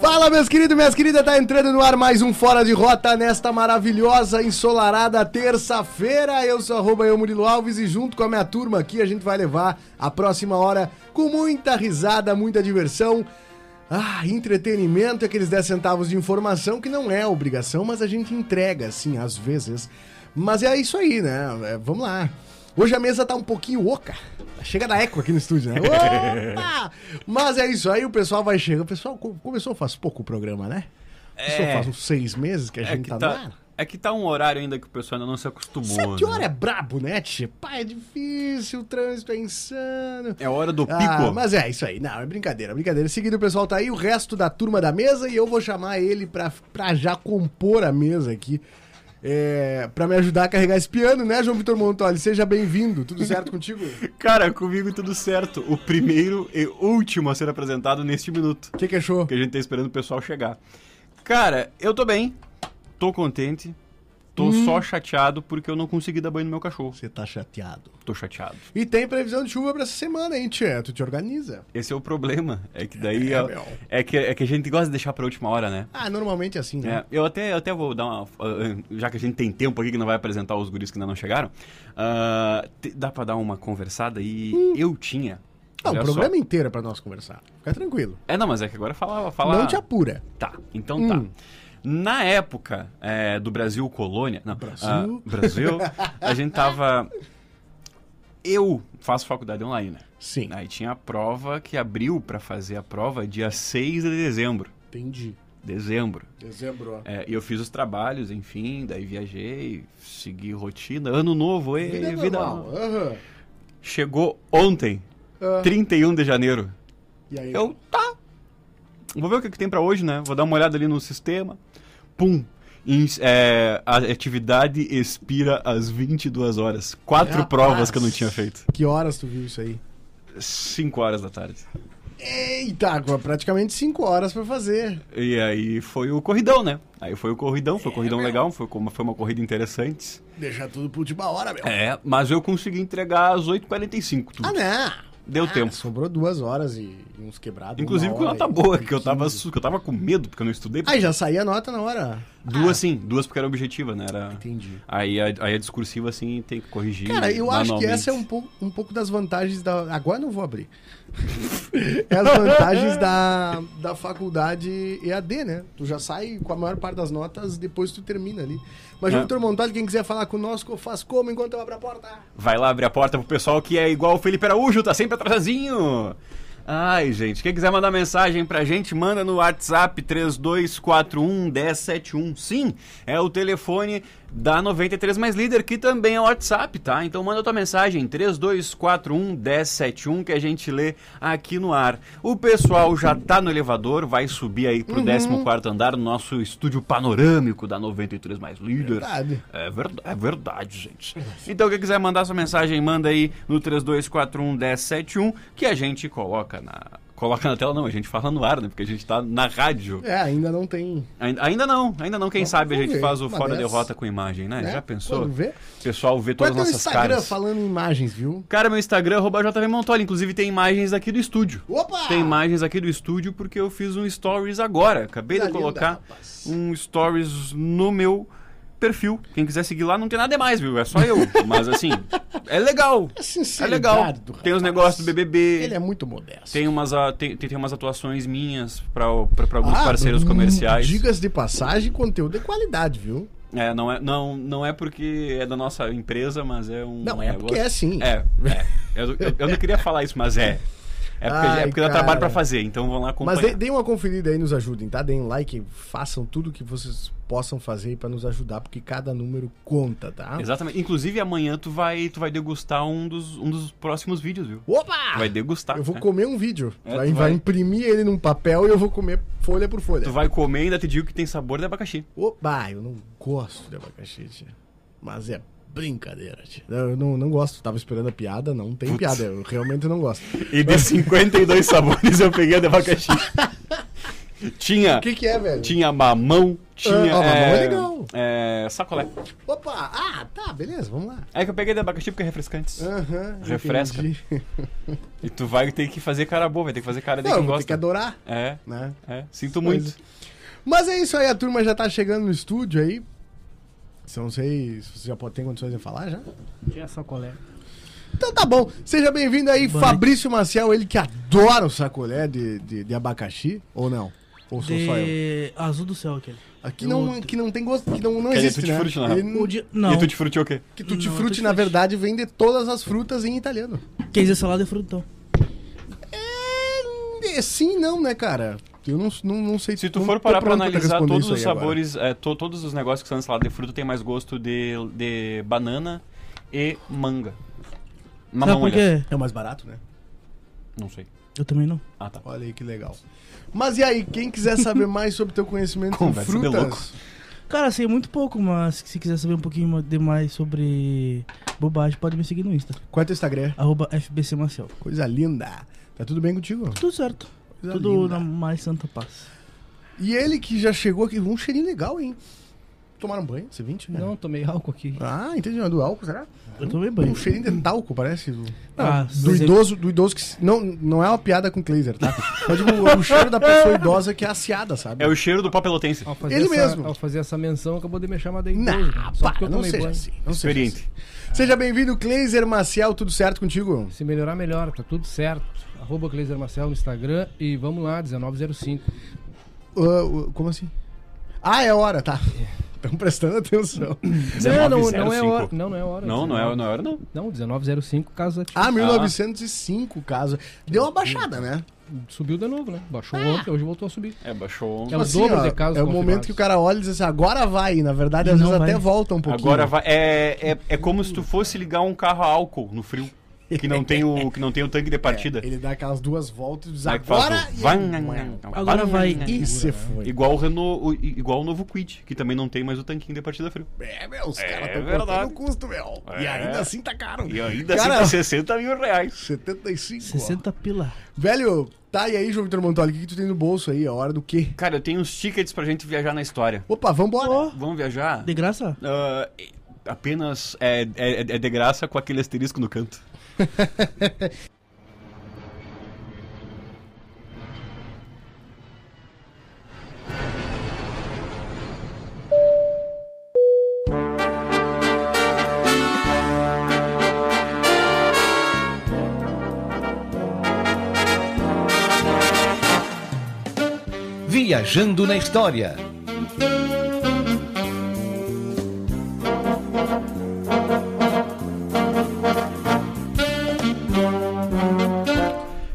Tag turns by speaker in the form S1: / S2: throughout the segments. S1: Fala, meus queridos, minhas queridas, tá entrando no ar mais um Fora de Rota nesta maravilhosa, ensolarada terça-feira. Eu sou arroba eu, Murilo Alves, e junto com a minha turma aqui, a gente vai levar a próxima hora com muita risada, muita diversão. Ah, entretenimento, aqueles 10 centavos de informação que não é obrigação, mas a gente entrega, assim, às vezes. Mas é isso aí, né? É, vamos lá. Hoje a mesa tá um pouquinho oca. Chega da eco aqui no estúdio, né? Opa! Mas é isso aí, o pessoal vai chegar. O pessoal co- começou faz pouco o programa, né? Começou
S2: É.
S1: faz uns seis meses que a
S2: É
S1: gente
S2: que,
S1: tá, no
S2: tá,
S1: ar.
S2: é que tá um horário ainda que o pessoal ainda não se acostumou.
S1: Sete
S2: né?
S1: horas é brabo, né, tchê? Pá, é difícil, o trânsito é insano.
S2: É hora do pico.
S1: Ah, mas é isso aí. Não, é brincadeira, brincadeira. Seguido, o pessoal tá aí, o resto da turma da mesa e eu vou chamar ele pra, pra já compor a mesa aqui. É, pra me ajudar a carregar esse piano, né, João Vitor Montoli? Seja bem-vindo. Tudo certo contigo? O
S2: Cara, comigo tudo certo. O primeiro e último a ser apresentado neste minuto.
S1: que, que achou?
S2: Que a gente tá esperando o pessoal chegar. Cara, eu tô bem. Tô contente. Tô
S1: Hum.
S2: só chateado porque eu não consegui dar banho no meu cachorro.
S1: Você tá chateado.
S2: Tô chateado.
S1: E tem previsão de chuva pra essa semana, hein, Tchê? Tu te organiza.
S2: Esse é o problema. É que daí.
S1: É,
S2: É,
S1: meu.
S2: é que, é que a gente gosta de deixar pra última hora, né?
S1: Ah, normalmente é assim, né?
S2: É, eu, até, eu até vou dar uma. ah, Já que a gente tem tempo aqui que não vai apresentar os guris que ainda não chegaram, ah, te- dá pra dar uma conversada e eu tinha.
S1: Hum. Não,
S2: olha
S1: o
S2: só.
S1: programa inteiro é pra nós conversar. Fica tranquilo.
S2: É, não, mas é que agora fala. fala...
S1: Não Hum. te apura.
S2: Tá, então tá. Na época é, do Brasil Colônia. Não,
S1: Brasil.
S2: ah, Brasil, a gente tava. Eu faço faculdade online, né?
S1: Sim.
S2: Aí tinha a prova que abriu pra fazer a prova dia 6 de dezembro.
S1: Entendi.
S2: Dezembro.
S1: Dezembro, ó.
S2: É, e eu fiz os trabalhos, enfim, daí viajei, segui rotina. Ano novo, ê,
S1: Vida
S2: É, vida,
S1: normal.
S2: nova.
S1: Aham.
S2: Chegou ontem,
S1: Ah.
S2: 31 de janeiro.
S1: E aí?
S2: Eu, tá. Vou ver o que, que tem pra hoje, né? Vou dar uma olhada ali no sistema. Pum. Ins- é, a atividade expira às 22 horas. Quatro
S1: Rapaz.
S2: provas que eu não tinha feito.
S1: Que horas tu viu isso aí?
S2: 5 horas da tarde.
S1: Eita, agora praticamente 5 horas pra fazer.
S2: E aí foi o corridão, né? Aí foi o corridão,
S1: É,
S2: foi o corridão legal, foi, como- foi uma corrida interessante.
S1: Deixar tudo pra última hora, meu.
S2: É, mas eu consegui entregar às 8h45 tudo.
S1: Ah, não.
S2: Deu
S1: Ah,
S2: tempo.
S1: Sobrou duas horas e, e uns quebrados.
S2: Inclusive
S1: uma
S2: com
S1: hora
S2: nota
S1: e-
S2: boa,
S1: e
S2: que eu tava,
S1: 15.
S2: su- que eu tava com medo, porque eu não estudei.
S1: Aí já saía a nota na hora.
S2: Duas sim, duas porque era objetiva, né? Era...
S1: ah. Entendi.
S2: Aí a, aí a discursiva, assim, tem que corrigir.
S1: Cara, eu acho que
S2: manualmente.
S1: essa é um pouco, um pouco das vantagens da. Agora eu não vou abrir. é as vantagens da, da faculdade EAD, né? Tu já sai com a maior parte das notas depois tu termina ali. Mas,
S2: É.
S1: Vitor Montoli, quem quiser falar conosco, faz como enquanto eu abro a porta.
S2: Vai lá abrir a porta pro pessoal que é igual o Felipe Araújo, tá sempre atrasadinho. Ai, gente, quem quiser mandar mensagem pra gente, manda no WhatsApp 3241 1071. Sim, é o telefone da 93 mais líder, que também é o WhatsApp, tá? Então manda tua mensagem 3241 1071 que a gente lê aqui no ar. O pessoal já tá no elevador, vai subir aí pro 14º andar, no nosso estúdio panorâmico da 93 mais líder.
S1: Verdade.
S2: É verdade, é verdade, gente. Então, quem quiser mandar sua mensagem, manda aí no 32411071, que a gente coloca na. Coloca na tela, não, a gente fala no ar, né? Porque a gente tá na rádio.
S1: É, ainda não tem.
S2: Ainda, ainda não, ainda não, quem
S1: Vamos
S2: sabe a gente
S1: ver,
S2: faz o
S1: uma
S2: Fora
S1: dessa.
S2: Derrota com imagem, né?
S1: Né?
S2: Já pensou?
S1: Quando vê.
S2: O pessoal vê
S1: Qual é
S2: todas
S1: teu
S2: as nossas
S1: Instagram
S2: caras.
S1: falando em imagens, viu?
S2: Cara, meu Instagram é arroba JVMontoli, inclusive tem imagens aqui do estúdio.
S1: Opa!
S2: Tem imagens aqui do estúdio porque eu fiz um stories agora. Acabei
S1: Coisa
S2: de
S1: Tá linda,
S2: colocar
S1: rapaz.
S2: um stories no meu perfil. Quem quiser seguir lá não tem nada demais, viu? É só eu. Mas assim, é legal. É
S1: sinceridade
S2: legal.
S1: do rapaz.
S2: Tem os negócios do
S1: Ele
S2: BBB.
S1: é muito modesto.
S2: Tem umas, ah, tem, tem tem umas atuações minhas pra pra- pra alguns
S1: Ah,
S2: parceiros
S1: hum,
S2: comerciais.
S1: Dicas de passagem, conteúdo de é qualidade, viu?
S2: É, não é, não, não é porque é da nossa empresa, mas é um.
S1: Não, é
S2: negócio-
S1: porque é sim.
S2: É, é. Eu, eu- eu não queria falar isso, mas é. É porque,
S1: Ai,
S2: é porque dá
S1: cara.
S2: trabalho pra fazer, então vão lá acompanhar.
S1: Mas dê- deem uma conferida aí, nos ajudem, tá? Deem like, façam tudo que vocês possam fazer aí pra nos ajudar, porque cada número conta, tá?
S2: Exatamente. Inclusive, amanhã tu vai, tu vai degustar um dos, um dos próximos vídeos, viu?
S1: Opa!
S2: Tu vai degustar.
S1: Ah, Eu vou
S2: né?
S1: comer um vídeo.
S2: É,
S1: vai,
S2: tu
S1: vai
S2: vai.
S1: imprimir ele num papel e eu vou comer folha por folha.
S2: Tu vai comer e ainda te digo que tem sabor de abacaxi.
S1: Opa, eu não gosto de abacaxi, tia. Mas é brincadeira, tia. Eu não, não gosto. Tava esperando a piada, não tem piada. Eu realmente não gosto.
S2: E de 52 sabores eu peguei a de abacaxi. tinha,
S1: O que, que é, velho?
S2: tinha mamão, tinha.
S1: Ah, ó, mamão é legal.
S2: é, sacolé.
S1: Opa! Ah, tá, beleza, vamos lá.
S2: É que eu peguei de abacaxi porque é refrescante.
S1: Aham.
S2: Refresca.
S1: entendi.
S2: E tu vai ter que fazer cara boa, vai ter que fazer cara de
S1: Não, eu
S2: quem
S1: vou ter que
S2: gosta.
S1: adorar,
S2: É,
S1: né?
S2: é. Sinto
S1: Pois
S2: muito.
S1: Mas é isso aí, a turma já tá chegando no estúdio aí. Se eu não sei se você já pode ter condições de falar já.
S3: Tinha sacolé.
S1: Então tá bom. Seja bem-vindo aí,
S3: Boa
S1: Fabrício Maciel, ele que adora o sacolé de, de, de abacaxi, ou não? Ou sou só eu?
S3: De... Azul do céu, aquele.
S1: Aqui não,
S3: Eu-
S1: que não tem gosto, que não, não
S2: Que é
S1: existe, né?
S2: tutti-frutti, na real.
S1: Ele não-
S3: O de... Não,
S2: E tu tipo, te frutti o quê?
S1: Que
S3: Não,
S1: tutti-frutti,
S3: tutti-frutti.
S1: na verdade, vem de todas as frutas em italiano.
S3: quem diz salada é frutão.
S1: É, é sim, não, né, cara? Eu não, não, não sei...
S2: Se tu
S1: não
S2: for
S1: tô
S2: parar pra
S1: pronto pra
S2: analisar
S1: responder
S2: todos
S1: isso
S2: os
S1: aí agora.
S2: sabores, é, to- todos os negócios que são salada de fruta tem mais gosto de, de banana e manga.
S3: Sabe
S2: Mamão,
S3: por
S2: aliás.
S3: quê?
S1: É o mais barato, né?
S2: Não sei.
S3: Eu também não.
S2: Ah, tá.
S1: Olha aí que legal. Mas e aí, quem quiser saber mais sobre teu conhecimento em
S2: Conversa de louco.
S1: frutas,
S3: Cara, sei muito pouco, mas se quiser saber um pouquinho ma- de mais sobre bobagem, pode me seguir no Insta.
S1: qual é teu Instagram?
S3: Arroba FBC Marcel.
S1: Coisa linda. Tá tudo bem contigo?
S3: Tudo certo.
S1: Coisa
S3: Tudo
S1: linda.
S3: na mais santa paz.
S1: E ele que já chegou aqui, um cheirinho legal, hein? Tomaram banho, você 20? né?
S4: Não, tomei álcool aqui.
S1: Ah, entendi, é do álcool, será?
S3: Eu tomei banho.
S1: Um cheirinho de talco, parece. Do,
S3: Ah,
S1: do
S3: mas eu-
S1: idoso, do idoso que... se- Não, não é uma piada com Glazer, tá? Mas tipo, o cheiro da pessoa idosa que é aciada, sabe?
S2: É o cheiro do papelotense.
S4: Ao fazer
S1: Ele
S4: essa,
S1: mesmo.
S4: Ao fazer essa menção, acabou de me chamar de
S1: Não,
S4: idoso. cara. Só porque
S1: pá,
S4: eu
S1: não
S4: tomei
S1: seja
S4: banho.
S1: assim. Não seja assim.
S2: Experiente.
S1: Seja bem-vindo, Glazer Maciel, tudo certo contigo?
S4: Se melhorar, melhora. Tá tudo certo. Arroba Cleiser Marcel no Instagram e vamos lá, 1905.
S1: Uh, uh, como assim? Ah, é hora, tá. Estão prestando atenção.
S4: Não, não, não é
S2: 1905.
S4: hora. Não, não é hora.
S2: Não, não é,
S4: 19.
S2: não é hora, não.
S4: Não, 1905, casa ativa.
S1: Ah, 1905, caso. Deu uma baixada, né?
S4: Subiu de novo, né? Baixou ontem, hoje voltou a subir.
S2: É, baixou ontem.
S4: É o dobro de casos
S1: é o
S4: confirmados.
S1: momento que o cara olha e diz assim, agora vai. Na verdade, às
S3: Não
S1: vezes
S3: vai.
S1: até volta um pouquinho.
S2: Agora vai. É, é, é como se tu fosse ligar um carro a álcool no frio. Que não tem o, que não tem o tanque de partida.
S1: Ele dá aquelas duas voltas e diz
S2: Aí que faz
S1: É, agora.
S2: o
S1: e- é
S2: vai,
S3: Agora vai. E...
S1: E você foi.
S2: Igual o Renault, o- i- igual o novo Quid, que também não tem mais o tanquinho de partida frio.
S1: É, meu, os
S2: É
S1: caras estão cortando
S2: verdade.
S1: o custo, meu. E
S2: É.
S1: ainda assim tá caro.
S2: E ainda
S1: cara,
S2: assim tá 60 mil reais.
S1: 75.
S3: 60 pila.
S1: Velho, tá, e aí, João Vitor Montoli, o que, que tu tem no bolso aí? A hora do quê?
S2: Cara, eu tenho uns tickets pra gente viajar na história.
S1: Opa, vambora.
S2: Vamos viajar?
S3: De graça?
S2: Ah, e- apenas é, é, é de graça com aquele asterisco no canto.
S5: Viajando na História.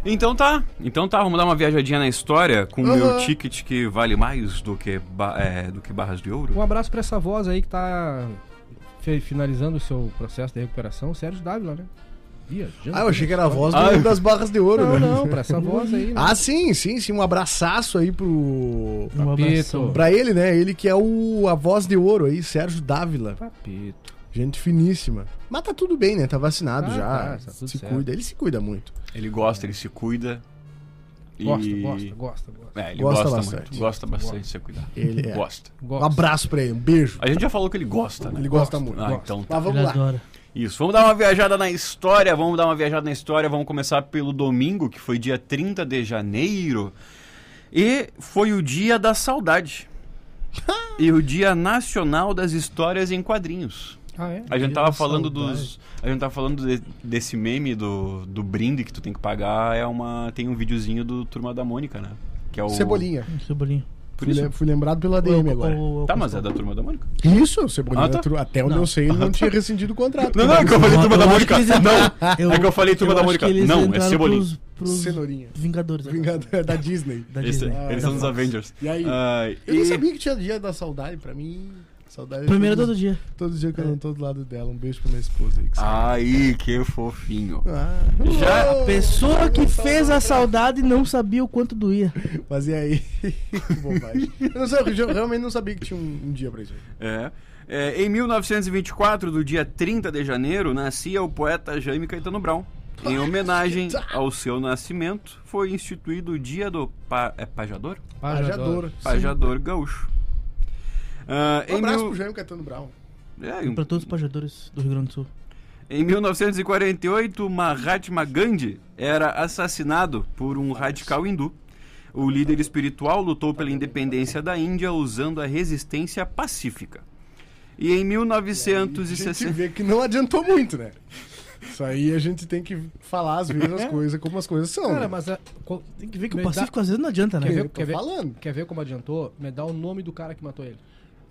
S2: Então tá, então tá, vamos dar uma viajadinha na história com o meu
S1: Uhum.
S2: ticket que vale mais do que, ba- é, do que barras de ouro.
S4: Um abraço pra essa voz aí que tá fi- finalizando o seu processo de recuperação, Sérgio Dávila, né? Viajando.
S1: Ah, eu achei que era a voz do-
S2: Ah, eu-
S1: das barras de ouro,
S4: Não,
S1: né?
S4: não, pra essa voz aí, né?
S1: Ah, sim, sim, sim. Um abraçaço aí pro.
S3: Um abraço.
S1: Pra ele, né? Ele que é o a voz de ouro aí, Sérgio Dávila.
S4: Papito.
S1: Gente finíssima. Mas tá tudo bem, né? Tá vacinado
S4: Tá,
S1: já.
S4: tá, tá tudo
S1: se
S4: certo.
S1: cuida. Ele se cuida muito.
S2: Ele gosta, ele se cuida. e-
S4: Gosta, gosta, gosta, gosta.
S2: É, ele
S1: Gosta
S2: gosta,
S1: bastante.
S2: muito. Gosta bastante de se cuidar.
S1: Ele é.
S2: Gosta.
S1: Um abraço pra ele, um beijo.
S2: A gente já falou que ele gosta, né?
S1: Ele gosta muito.
S2: Ah,
S4: gosta.
S2: então tá.
S1: Mas vamos
S3: Ele
S1: lá.
S3: adora.
S2: Isso, vamos dar uma viajada na história, vamos dar uma viajada na história, vamos começar pelo domingo, que foi dia 30 de janeiro, e foi o dia da saudade. e o dia nacional das histórias em quadrinhos.
S4: Ah, é?
S2: A gente
S1: Dia
S2: tava
S1: da
S2: falando
S1: saudade.
S2: dos. A gente tava falando de- desse meme do, do brinde que tu tem que pagar, é uma. Tem um videozinho do Turma da Mônica, né? Que é o.
S1: Cebolinha.
S3: Um cebolinho.
S2: Por
S1: Fui,
S2: isso.
S1: le- fui lembrado pelo ADM
S3: O-
S1: agora.
S3: o- o-
S2: Tá, mas é da turma da Mônica.
S1: Isso, o Cebolinha,
S2: Ah, tá.
S1: tru- até onde
S3: Não.
S1: eu sei, ele não tinha rescindido o contrato.
S2: Não, não, é que eu falei
S3: Eu
S2: turma da
S3: acho
S2: Mônica.
S3: que eles entraram-
S2: Não, é que eu falei turma da
S3: acho
S2: Mônica.
S3: que eles
S2: Não, é
S3: entraram
S2: Cebolinha.
S3: Pros, pros
S1: Cenourinha.
S3: Vingadores. né?
S1: Vingador da Disney.
S3: Da
S2: Esse- é,
S3: Disney.
S2: eles
S1: Ah,
S2: são
S1: da
S2: dos
S1: Fox.
S2: Avengers.
S1: E aí?
S2: Ah,
S1: Eu não
S2: e-
S1: sabia que tinha dia da saudade, pra mim. Saudade. é
S3: Primeiro
S1: todo,
S3: todo dia.
S1: todo dia que
S4: É.
S1: eu não tô do lado dela. Um beijo pra minha esposa aí. Que sabe.
S2: Aí, que fofinho.
S1: Ah,
S2: Ah. Já-
S1: uou!
S3: Pessoa que fez a saudade não sabia o quanto doía.
S1: Mas e aí? que bobagem. Eu, não sei, eu realmente não sabia que tinha um, um dia pra isso. aí.
S2: É. É, em 1924, do dia 30 de janeiro, nascia o poeta Jaime Caetano Brown. Em homenagem ao seu nascimento, foi instituído o Dia do pa... é Pajador?
S4: Ah,
S1: Ah, Pajador. Sim.
S2: Pajador Gaúcho. Ah,
S1: Um
S2: em
S1: abraço
S2: mil-
S1: pro Jaime Caetano Brown.
S2: É,
S3: Pra todos os pajadores do Rio Grande do Sul.
S2: Em 1948, Mahatma Gandhi era assassinado por um radical hindu. O líder espiritual lutou pela independência da Índia usando a resistência pacífica. E em
S1: A gente
S2: 1960.
S1: vê que não adiantou muito, né? Isso aí a gente tem que falar às vezes as coisas como as coisas são.
S4: É. Cara,
S1: né?
S4: mas... a- co-
S3: Tem que ver que
S4: me
S3: o
S4: dá-
S3: Pacífico às vezes não adianta, né?
S4: Quer ver,
S1: Eu tô
S4: quer, ver,
S1: falando.
S4: quer ver como adiantou? Me dá o nome do cara que matou ele.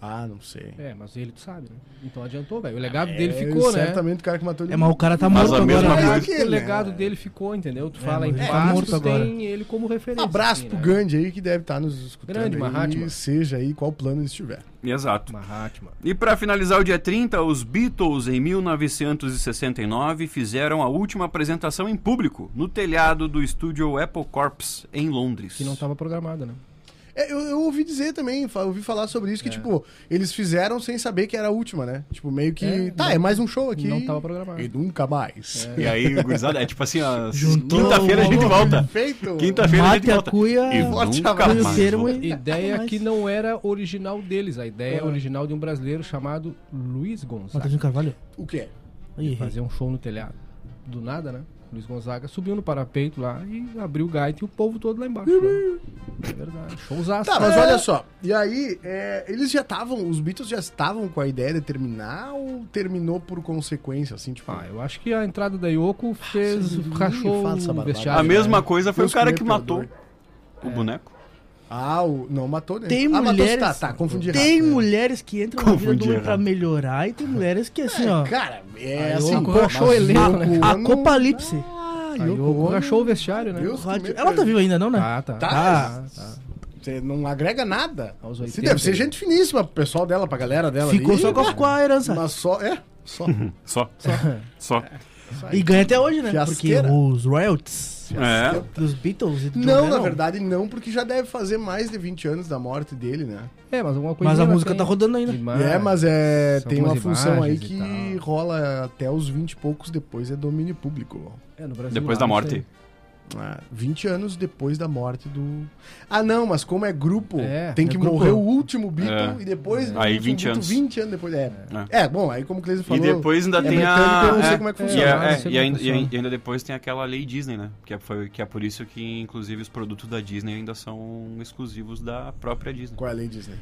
S1: Ah, não sei.
S4: É, mas ele tu sabe, né? Então adiantou, velho. O legado
S1: É,
S4: dele ficou, né?
S1: Certamente o cara que matou ele.
S3: É, mas o cara tá
S2: Mas
S3: morto
S2: a mesma
S3: agora.
S2: coisa-
S1: É
S4: O legado-
S1: aquele,
S4: o legado
S1: né?
S4: dele ficou, entendeu? Tu
S3: É,
S4: fala em
S3: mas ele tá
S4: passos,
S3: morto agora.
S4: tem ele como referência.
S1: Um Abraço
S4: assim,
S1: pro
S4: né?
S1: Gandhi aí que deve estar nos escutando.
S4: Grande
S1: aí,
S4: Mahatma.
S1: Seja aí qual plano ele estiver.
S2: Exato.
S4: Mahatma.
S2: E para finalizar o dia 30, os Beatles, em 1969, fizeram a última apresentação em público no telhado do estúdio Apple Corps, em Londres.
S4: Que não tava programada, né?
S1: É, eu, eu ouvi dizer também, fa- ouvi falar sobre isso, que, tipo, eles fizeram sem saber que era a última, né? Tipo, meio que.
S4: É,
S1: tá,
S4: não-
S1: é mais um show aqui.
S4: não tava programado.
S1: E nunca mais.
S2: E aí, gurizada, é tipo assim, ó,
S3: Juntou,
S2: quinta-feira a gente
S1: Alô,
S2: volta.
S1: Perfeito.
S2: Quinta-feira a gente
S3: Mate a
S2: volta.
S3: cuia,
S2: E
S1: forte
S2: nunca
S1: abraço.
S2: mais
S3: o termo
S2: volta.
S3: e-
S4: Ideia
S3: É, Mas-
S4: que não era original deles. A ideia é. original de um brasileiro chamado Luiz Gonzaga.
S3: Matheus Carvalho?
S1: O que é?
S3: Ih,
S4: Fazer um show no telhado. Do nada, né? Luiz Gonzaga subiu no parapeito lá e abriu o gaita e o povo todo lá embaixo. né? É verdade. Showzaço.
S1: Uhum. Tá,
S4: né?
S1: mas olha só. E aí, é, eles já estavam, os Beatles já estavam com a ideia de terminar ou terminou por consequência, assim, tipo.
S4: Ah, eu acho que a entrada da Yoko fez.
S1: Ah, Vocês nem
S4: rachou
S1: falam essa né?
S4: o
S1: barbaridade.
S4: vestiário. né?
S2: A mesma coisa foi
S1: Deus
S2: o cara
S1: me
S2: que matou
S1: perdoe.
S2: o boneco.
S1: Ah, o... não matou, né?
S3: Tem
S1: ah, matou,
S3: mulheres.
S1: tá, tá, confundi
S3: Tem
S1: errado, né?
S3: mulheres que entram na vida
S2: Confundi
S3: do outro pra
S2: errado.
S3: melhorar e tem mulheres que assim, ó.
S1: Cara, é
S4: Aí
S1: assim.
S4: o Rachou
S1: mas
S4: elenco,
S1: Yoko
S4: né?
S3: A
S1: Ono-
S3: Copalipse.
S1: Ah,
S4: A
S1: Yoko
S4: Yoko
S1: Ono-
S4: rachou o vestiário, né?
S1: Deus que me
S3: Ela tá
S1: perdoe.
S3: viva ainda, não, né?
S4: Tá, tá.
S1: Tá.
S4: tá.
S1: Você não agrega nada.
S4: Aos
S1: Você
S4: 80.
S1: deve ser gente finíssima pro pessoal dela, pra galera dela.
S3: Ficou
S1: tá ali.
S3: só com a, Uhum. com a herança.
S1: Mas só, é, só.
S2: Só. Só.
S3: E ganha até hoje, né?
S1: Fiasqueira.
S3: Porque os royalties
S2: É.
S3: dos Beatles e do John
S1: Não, na
S3: Lennon,
S1: verdade não, porque já deve fazer mais de 20 anos da morte dele, né?
S4: É, mas alguma coisa.
S3: Mas a música tá rodando ainda.
S1: é, mas é,
S4: Ah, são
S1: tem uma
S4: algumas
S1: função aí
S4: imagens e
S1: que
S4: tal.
S1: rola até os 20 e poucos depois, é domínio público.
S4: É, no Brasil,
S2: Depois
S4: lá,
S2: da
S4: não
S2: morte.
S1: Ah, 20 anos depois da morte do... Ah não, mas como é grupo,
S4: É,
S1: tem que
S3: é grupo.
S1: morrer o último Beatle
S2: É.
S1: e depois... do
S2: Aí
S1: último
S2: 20
S1: Beatle,
S2: anos.
S1: 20 anos depois, é. É, bom, aí como o Cleison
S2: E
S1: falou...
S2: depois ainda
S1: é
S2: tem a.
S1: britânico, eu não sei
S2: é,
S1: como é que
S2: e
S1: funciona.
S2: é-
S4: Eu não sei
S2: e
S4: como
S2: ainda- e
S4: funciona.
S2: ainda depois tem aquela lei Disney, né? Que é, foi, que é por isso que, inclusive, os produtos da Disney ainda são exclusivos da própria Disney.
S1: Qual é a lei Disney?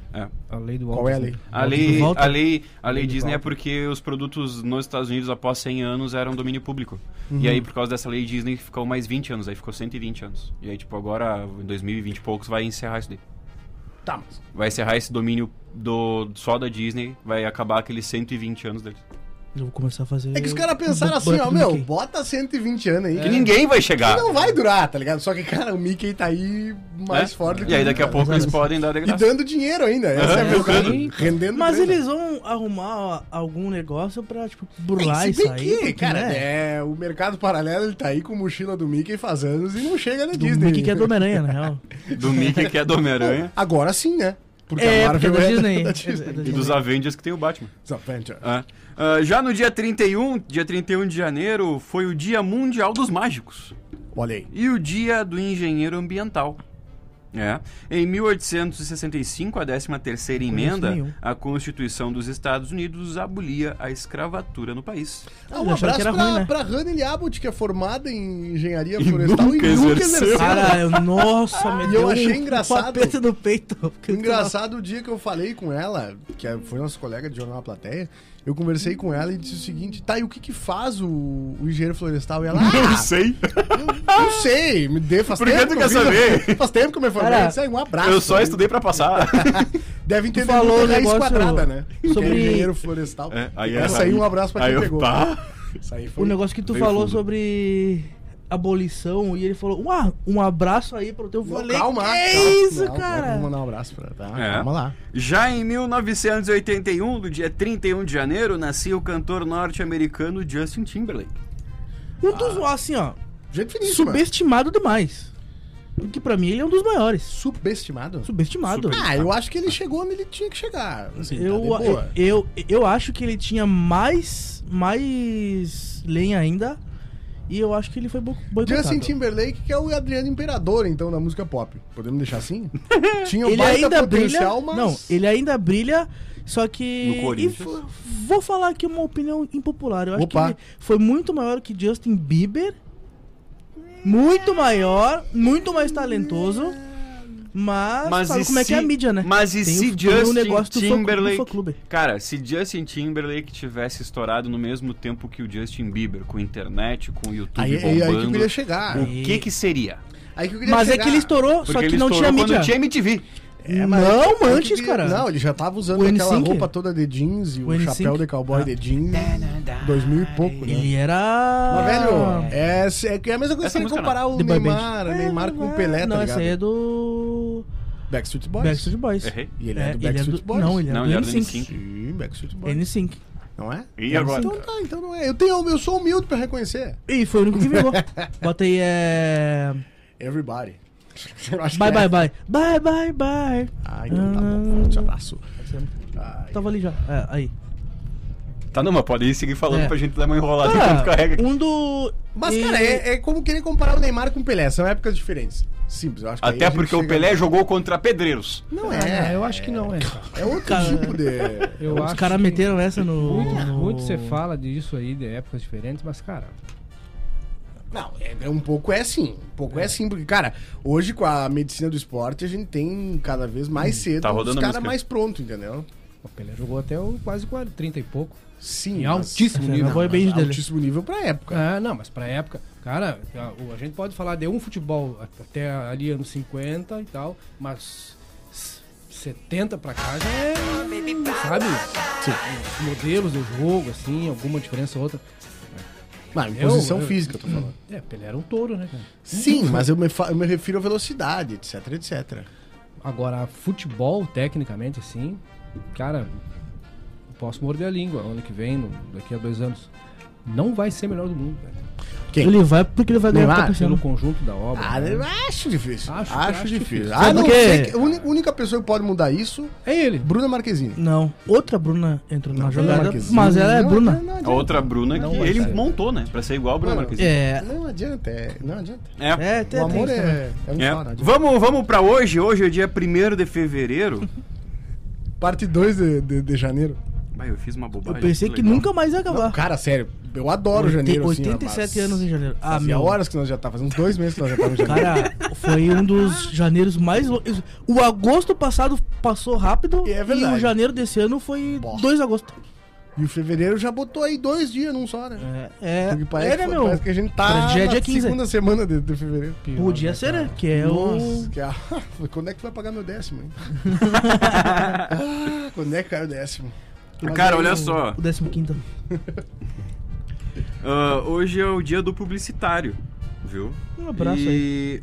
S4: A lei do
S1: Qual
S4: Walt
S1: é a lei?
S4: Disney.
S2: A lei,
S3: volta.
S2: a lei, a lei
S4: Ele
S2: Disney é
S4: volta.
S2: porque os produtos nos Estados Unidos após 100 anos eram domínio público.
S1: Uhum.
S2: E aí, por causa dessa lei Disney, ficou mais 20 anos. Aí ficou 120 anos. E aí, tipo, agora, em 2020 e poucos, vai encerrar isso daí.
S1: Tá, mas...
S2: Vai encerrar esse domínio do, só da Disney. Vai acabar aqueles 120 anos deles.
S3: Eu vou começar a fazer.
S1: É que os caras pensaram
S3: o
S1: assim,
S3: banco
S1: ó,
S3: do
S1: meu,
S3: Mickey.
S1: bota 120 anos aí.
S2: Que
S1: É. que ninguém
S2: ninguém vai chegar.
S1: não vai durar, tá ligado? Só que, cara, o Mickey tá aí mais
S2: né?
S1: forte do
S2: E aí, daqui a
S1: nunca.
S2: pouco, eles
S3: Exato.
S2: podem dar de
S1: E
S2: graça.
S1: dando dinheiro ainda. Essa é a
S2: Aham.
S1: verdade.
S2: Sim.
S1: Rendendo
S3: Mas
S1: grana.
S3: eles vão arrumar algum negócio pra, tipo, burlar
S1: Se
S3: isso
S1: bem
S3: aí.
S1: que,
S3: porque,
S1: cara,
S3: né?
S1: é, o mercado paralelo ele tá aí com mochila do Mickey faz anos e não chega na
S3: Do
S1: Disney.
S3: Mickey que é do Homem-Aranha, na real.
S2: Do Mickey, que é do Homem-Aranha.
S1: Agora sim, né? Porque
S3: É,
S1: a Marvel
S3: porque é da
S1: é da-
S3: Disney.
S1: da
S3: É da-
S2: E dos Avengers, que tem o Batman.
S1: Os Avengers.
S2: Ah. Ah, já no dia 31, dia 31 de janeiro, foi o Dia Mundial dos Mágicos.
S1: Olha aí.
S2: e o Dia do Engenheiro Ambiental. É. Em 1865, a 13ª
S3: nenhum.
S2: emenda à Constituição dos Estados Unidos abolia a escravatura no país.
S1: Ah,
S3: Eles
S1: um
S3: acharam
S1: abraço
S3: que era
S1: pra,
S3: ruim, né?
S1: pra Hannah Abbott, que é formada em engenharia
S2: E
S1: florestal
S2: nunca
S1: e nunca
S2: exerceu.
S1: exerceu.
S3: Cara, eu- nossa, me
S1: E
S3: deu
S1: eu achei
S3: um
S1: engraçado.
S3: papete no peito. porque eu tava-
S1: é, Engraçado o dia que eu falei com ela, que foi nossa colega de jornal na plateia, Eu conversei com ela e disse o seguinte: tá, e o que que faz o, o engenheiro florestal? E ela, ah,
S2: Não sei.
S1: não sei, me dê, faz
S2: Por que
S1: tempo.
S2: tu
S1: eu
S2: quer
S1: fiz-
S2: saber?
S1: Faz tempo que eu me formei.
S3: Cara,
S1: Isso aí, um abraço.
S2: Eu só estudei pra passar.
S1: Deve entender
S3: falou
S1: muito
S3: um
S1: raiz
S3: negócio
S1: quadrada, né?
S3: sobre-
S1: Que é engenheiro florestal.
S2: É,
S1: Essa aí, um abraço pra
S2: aí
S1: quem
S2: eu-
S1: pegou.
S2: Tá.
S1: Isso aí foi.
S3: O negócio que tu
S2: Veio
S3: falou
S2: fundo.
S3: sobre abolição e ele falou, "Uá, um abraço aí pro teu. Eu
S1: Não,
S3: falei,
S1: calma,
S3: que é
S1: calma,
S3: isso,
S1: calma,
S3: cara?
S1: Vamos mandar um abraço pra. Tá,
S2: É.
S1: Calma lá.
S2: Já em 1981, no um, dia 31 de janeiro, nascia o cantor norte-americano Justin Timberlake.
S3: Um dos, assim, ó,
S1: Gente finíssima.
S3: subestimado demais. Porque pra mim ele é um dos maiores.
S1: Subestimado?
S3: Subestimado.
S1: Ah, eu acho que ele chegou onde ele tinha que chegar. Assim, tá
S3: eu,
S1: de boa.
S3: eu, eu acho que ele tinha mais, mais lenha ainda. E eu acho que ele foi bo- boicotado.
S1: Justin Timberlake, que é o Adriano Imperador, então, da música pop. Podemos deixar assim? Tinha um
S3: ele
S1: baita
S3: ainda brilha.
S1: potencial, mas...
S3: Não, ele ainda brilha, só que.
S2: No Corinthians.
S3: e f- vou falar aqui uma opinião impopular. Eu acho
S1: Opa.
S3: que ele foi muito maior que Justin Bieber. Muito maior, muito mais talentoso. Mas, sabe
S2: e
S3: como é que é a
S2: se-
S3: mídia, né?
S2: Mas e
S3: Tem o-
S2: se
S3: tem o
S2: Justin
S3: negócio do fã- do
S2: Timberlake...
S3: fã-clube.
S2: Cara, se Justin Timberlake tivesse estourado no mesmo tempo que o Justin Bieber, com internet, com o
S3: é
S2: YouTube
S1: Aí, aí,
S2: bombando,
S1: aí que eu queria chegar.
S2: o que que seria?
S1: Aí que eu queria
S3: Mas é
S1: chegar.
S3: que ele estourou, só
S2: Porque
S3: que
S2: ele
S3: não tinha
S2: estourou quando
S3: mídia.
S2: tinha MTV.
S1: É, mas
S3: Não,
S1: é que- é que eu
S3: antes,
S1: queria-
S3: cara.
S1: Não, ele já tava usando
S3: O
S1: aquela
S3: NSYNC?
S1: roupa toda de jeans e o,
S3: O NSYNC?
S1: chapéu de cowboy
S3: Ah.
S1: de jeans. Dois mil e pouco, né?
S3: Ele era.
S1: Mas, velho, é, se- é que é a mesma coisa
S2: Essa
S1: se ele
S2: música não.
S1: comparar o
S3: The Boy
S1: Neymar, é
S3: Band.
S1: Neymar com o Pelé,
S3: Não,
S1: tá
S3: essa
S1: ligado?
S3: aí é do.
S1: Backstreet Boys.
S3: Backstreet Boys.
S2: Errei.
S1: E ele é, do Backstreet Boys.
S3: Não, ele é
S2: Não,
S3: do
S2: ele era do
S3: N5.
S1: Sim, Backstreet Boys.
S3: N5.
S1: Não é?
S2: E agora?
S1: Então tá, então não é. Eu, tenho, eu sou humilde pra reconhecer.
S3: E foi o único que vingou. Bota aí, é.
S1: Everybody. Eu acho que
S3: Bye,
S1: é.
S3: bye, bye. Bye, bye, bye.
S1: Ah, então tá bom. Forte abraço. Ai.
S3: Tava ali já. É, aí.
S2: Tá, não, mas pode ir seguir falando
S3: É.
S2: pra gente dar uma enrolada enquanto carrega
S3: Cara,
S2: aqui.
S3: um do.
S1: Mas,
S3: e-
S1: cara, é, é como querer comparar o Neymar com o Pelé. São épocas diferentes. Simples, eu acho que aí a
S2: Até
S1: gente
S2: porque o
S1: chega-
S2: Pelé jogou contra pedreiros.
S1: Não
S4: Ah,
S1: é.
S4: eu acho que não é. cara.
S1: É outro
S3: Cara,
S1: tipo de.
S4: Eu
S3: Os
S4: acho
S3: caras
S4: que
S3: meteram essa no.
S4: Muito,
S3: no-
S4: muito você fala disso aí, de épocas diferentes, mas, cara,
S1: Não, é, é um pouco é sim. Um pouco é. sim, porque, cara, hoje com a medicina do esporte, a gente tem cada vez mais cedo
S2: Tá
S1: os
S2: rodando a
S1: caras
S2: música.
S1: mais pronto, entendeu?
S4: o Pelé jogou até o quase 40, 30 e pouco.
S1: Sim.
S4: Em
S1: mas-
S4: altíssimo
S1: Não,
S4: nível.
S1: mas
S3: Boy band dele.
S1: Altíssimo nível pra época.
S4: Ah, não, mas pra época, cara, a, o- a gente pode falar de um futebol at- até ali anos 50 e tal, mas s- 70 pra cá já é, sabe? Os modelos do jogo, assim, alguma diferença ou outra.
S1: Não, em
S4: Eu-
S1: posição
S4: eu-
S1: física, eu tô falando.
S4: É, Pelé era um touro, né, cara?
S1: Sim, mas eu me, fa- eu me refiro à velocidade, etc, etc.
S3: Tá
S4: Agora, futebol, tecnicamente, assim, cara, eu posso morder a língua ano que vem, no- daqui a dois anos. Não vai ser melhor do mundo, velho.
S3: Ele vai porque ele vai ganhar
S1: Neymar,
S3: o campeonato.
S4: Pelo conjunto da obra.
S1: é, né? Ah,
S4: né?
S1: eu acho difícil. Acho,
S4: Acho- acho
S1: difícil.
S4: difícil.
S1: Ah,
S3: Sabe
S1: não
S3: por quê?
S1: sei. que- A única- única pessoa que pode mudar isso
S4: É ele.
S1: Bruna Marquezine.
S3: Não, outra Bruna entrou na
S1: Bruna
S3: jogada,
S1: Marquezine.
S3: mas ela é
S1: Não,
S3: Bruna.
S1: não, não
S2: A
S1: adianta.
S2: outra Bruna
S4: Não
S2: que
S4: vai
S2: ele
S4: ser.
S2: montou, né? Pra ser igual a Bruna
S1: Mano,
S2: Marquezine.
S3: É,
S1: Não adianta, é, não adianta.
S2: É.
S3: é, tem,
S1: o amor
S3: tem isso também.
S1: é, é um
S2: É.
S1: só, não adianta.
S2: Vamos, vamos pra hoje. Hoje é dia 1 de fevereiro.
S1: Parte 2 de, de, de janeiro.
S2: Bah, eu fiz uma
S3: Eu
S2: bobagem.
S3: pensei que
S2: legal.
S3: nunca mais ia acabar.
S1: Cara, sério, eu adoro
S3: Oitenta-
S1: janeiro. assim,
S3: 87 anos em janeiro. Ah,
S1: Ah,
S3: meu.
S1: horas que nós já tá, faz uns dois meses que nós já estamos em janeiro.
S3: Cara, foi um dos janeiros mais longos. O agosto passado passou rápido
S1: É verdade.
S3: e o janeiro desse ano foi
S1: Pô.
S3: 2 de agosto.
S1: E o fevereiro já botou aí dois dias num só, né?
S3: É, é,
S1: Porque parece,
S3: é, né,
S1: que,
S3: meu?
S1: parece que a gente tá
S3: Parece que já é
S1: na
S3: dia 15.
S1: segunda semana de, de fevereiro.
S3: Podia ser, né? Que é
S1: Nossa,
S3: o.
S1: que a- quando é que tu vai pagar meu décimo, hein? Ah, quando é que cai o décimo?
S2: Cara, olha só.
S3: O 15.
S2: ah, hoje é o dia do publicitário, viu?
S3: Um abraço
S2: e
S3: aí.